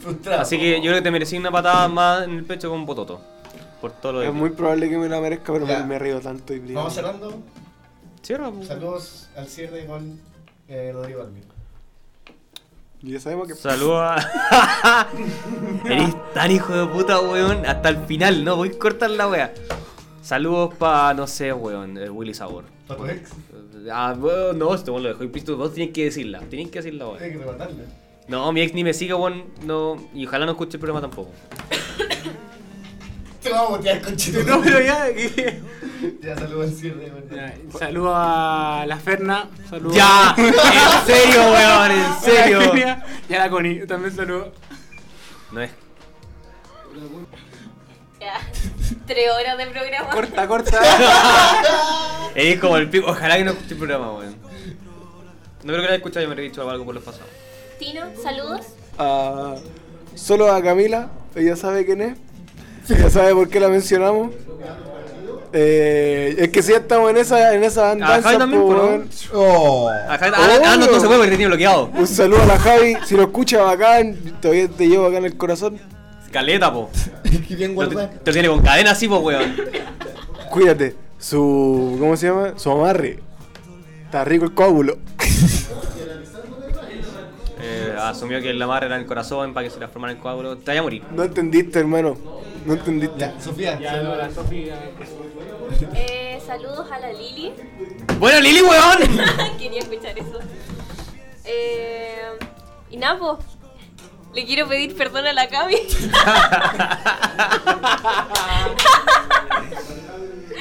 Frustrado. Así que yo creo que te merecí una patada más en el pecho con Bototo. Por todo lo Es demás. muy probable que me la merezca, pero Ya. me, me río tanto y digo, Vamos cerrando. Cierra, po. Saludos al cierre con eh, Rodrigo Almir. Ya sabemos que. Saluda. Eres tan hijo de puta, weón. Hasta el final, no voy a cortar la wea. Saludos para, no sé, weón, eh, Willy Sabor. ¿Para tu ex? Ah, weón, no, esto weón lo dejó implícito. Vos tenés que decirla, tenés que decirla, weón. Tienes que rematarle. No, mi ex ni me sigue, weón. No, y ojalá no escuche el programa tampoco. Te vamos a botear, conchito. No, pero ya, que- Ya, saludos al cierre, weón. Ya, Saludo a la Ferna. Saludo ¡Ya! ¡En serio, weón! ¡En a serio! la Eugenia Y a la Connie. También saludo. No es. Ya. Tres horas de programa. Corta, corta. Eres como el pico. Ojalá que no escuche el programa, weón. No creo que lo haya escuchado, yo me he dicho algo por los pasados. Tino, saludos. Ah, solo a Camila, ella sabe quién es. Ella sabe por qué la mencionamos. Eh, es que si estamos en esa, en esa andanza, Javi también, po, por weón. Oh. Ajá, ah, ah, no, no se mueve porque te tiene bloqueado. Un saludo a la Javi, si lo escucha bacán, todavía te llevo acá en el corazón. Caleta, po. Qué bien Lo, te, guardado. te lo tiene con cadena así, po, weón. Cuídate, su. ¿Cómo se llama? Su amarre. Está rico el coágulo. Eh, asumió que la madre era en el corazón para que se transformara en coágulo. Te vaya a morir. No entendiste, hermano. No entendiste. Ya, Sofía, Saludo a saludos. la Sofía. Eh, saludos a la Lili. Bueno, Lili, weón. Quería escuchar eso. Eh, y nada, po. Le quiero pedir perdón a la Cami.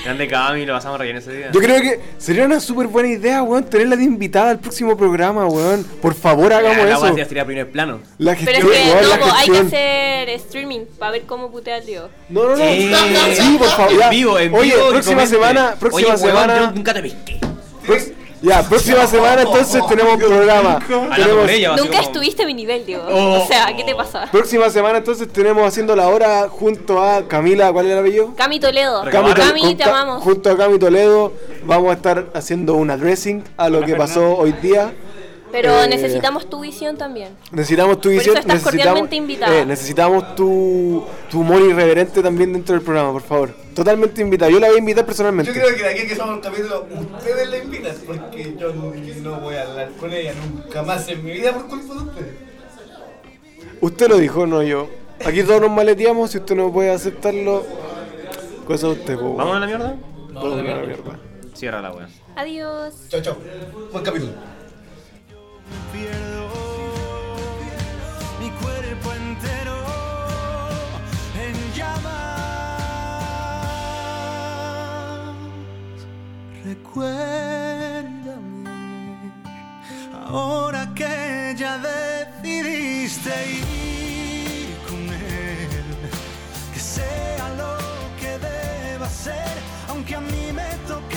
Grande Cami, lo pasamos re bien ese día. Yo creo que sería una súper buena idea, weón, tenerla de invitada al próximo programa, weón. Por favor, hagamos la eso. La sería primer plano. La Pero gestión, es que weón, no, po, la hay que gestión. hacer streaming para ver cómo putea al Diego. No, no, no. Sí. Sí, por favor. ya. Eh, En vivo, en Oye, vivo. que próxima comente. semana, próxima Oye, weón, semana. yo nunca te viste. prox- Ya, próxima semana entonces tenemos programa. Hablando Tenemos por ella, así Nunca como- estuviste a mi nivel, Diego. Oh. o sea, ¿qué te pasa? Próxima semana entonces tenemos haciendo la hora junto a Camila, ¿cuál es el apellido? Cami Toledo. Cami Cami, Tol- con te Ca- amamos. Junto a Cami Toledo vamos a estar haciendo una dressing a lo que pasó hoy día. Pero eh, necesitamos tu visión también. Necesitamos tu Por eso visión. estás necesitamos, cordialmente invitada. eh, necesitamos tu, tu humor irreverente también dentro del programa, por favor. Totalmente invitada. Yo la voy a invitar personalmente. Yo creo que de aquí a que somos un capítulo, ustedes la invitan, porque yo no, no voy a hablar con ella nunca más en mi vida por culpa de ustedes. Usted lo dijo, no yo. Aquí todos nos maleteamos. Si usted no puede aceptarlo, cosa de usted, po. ¿Vamos a la mierda? Vamos a la mierda. Cierra la weón. Adiós. Chao, chao. Buen capítulo. pierdo mi cuerpo entero en llamas. Recuérdame ahora que ya decidiste ir con él. Que sea lo que deba ser, aunque a mí me toque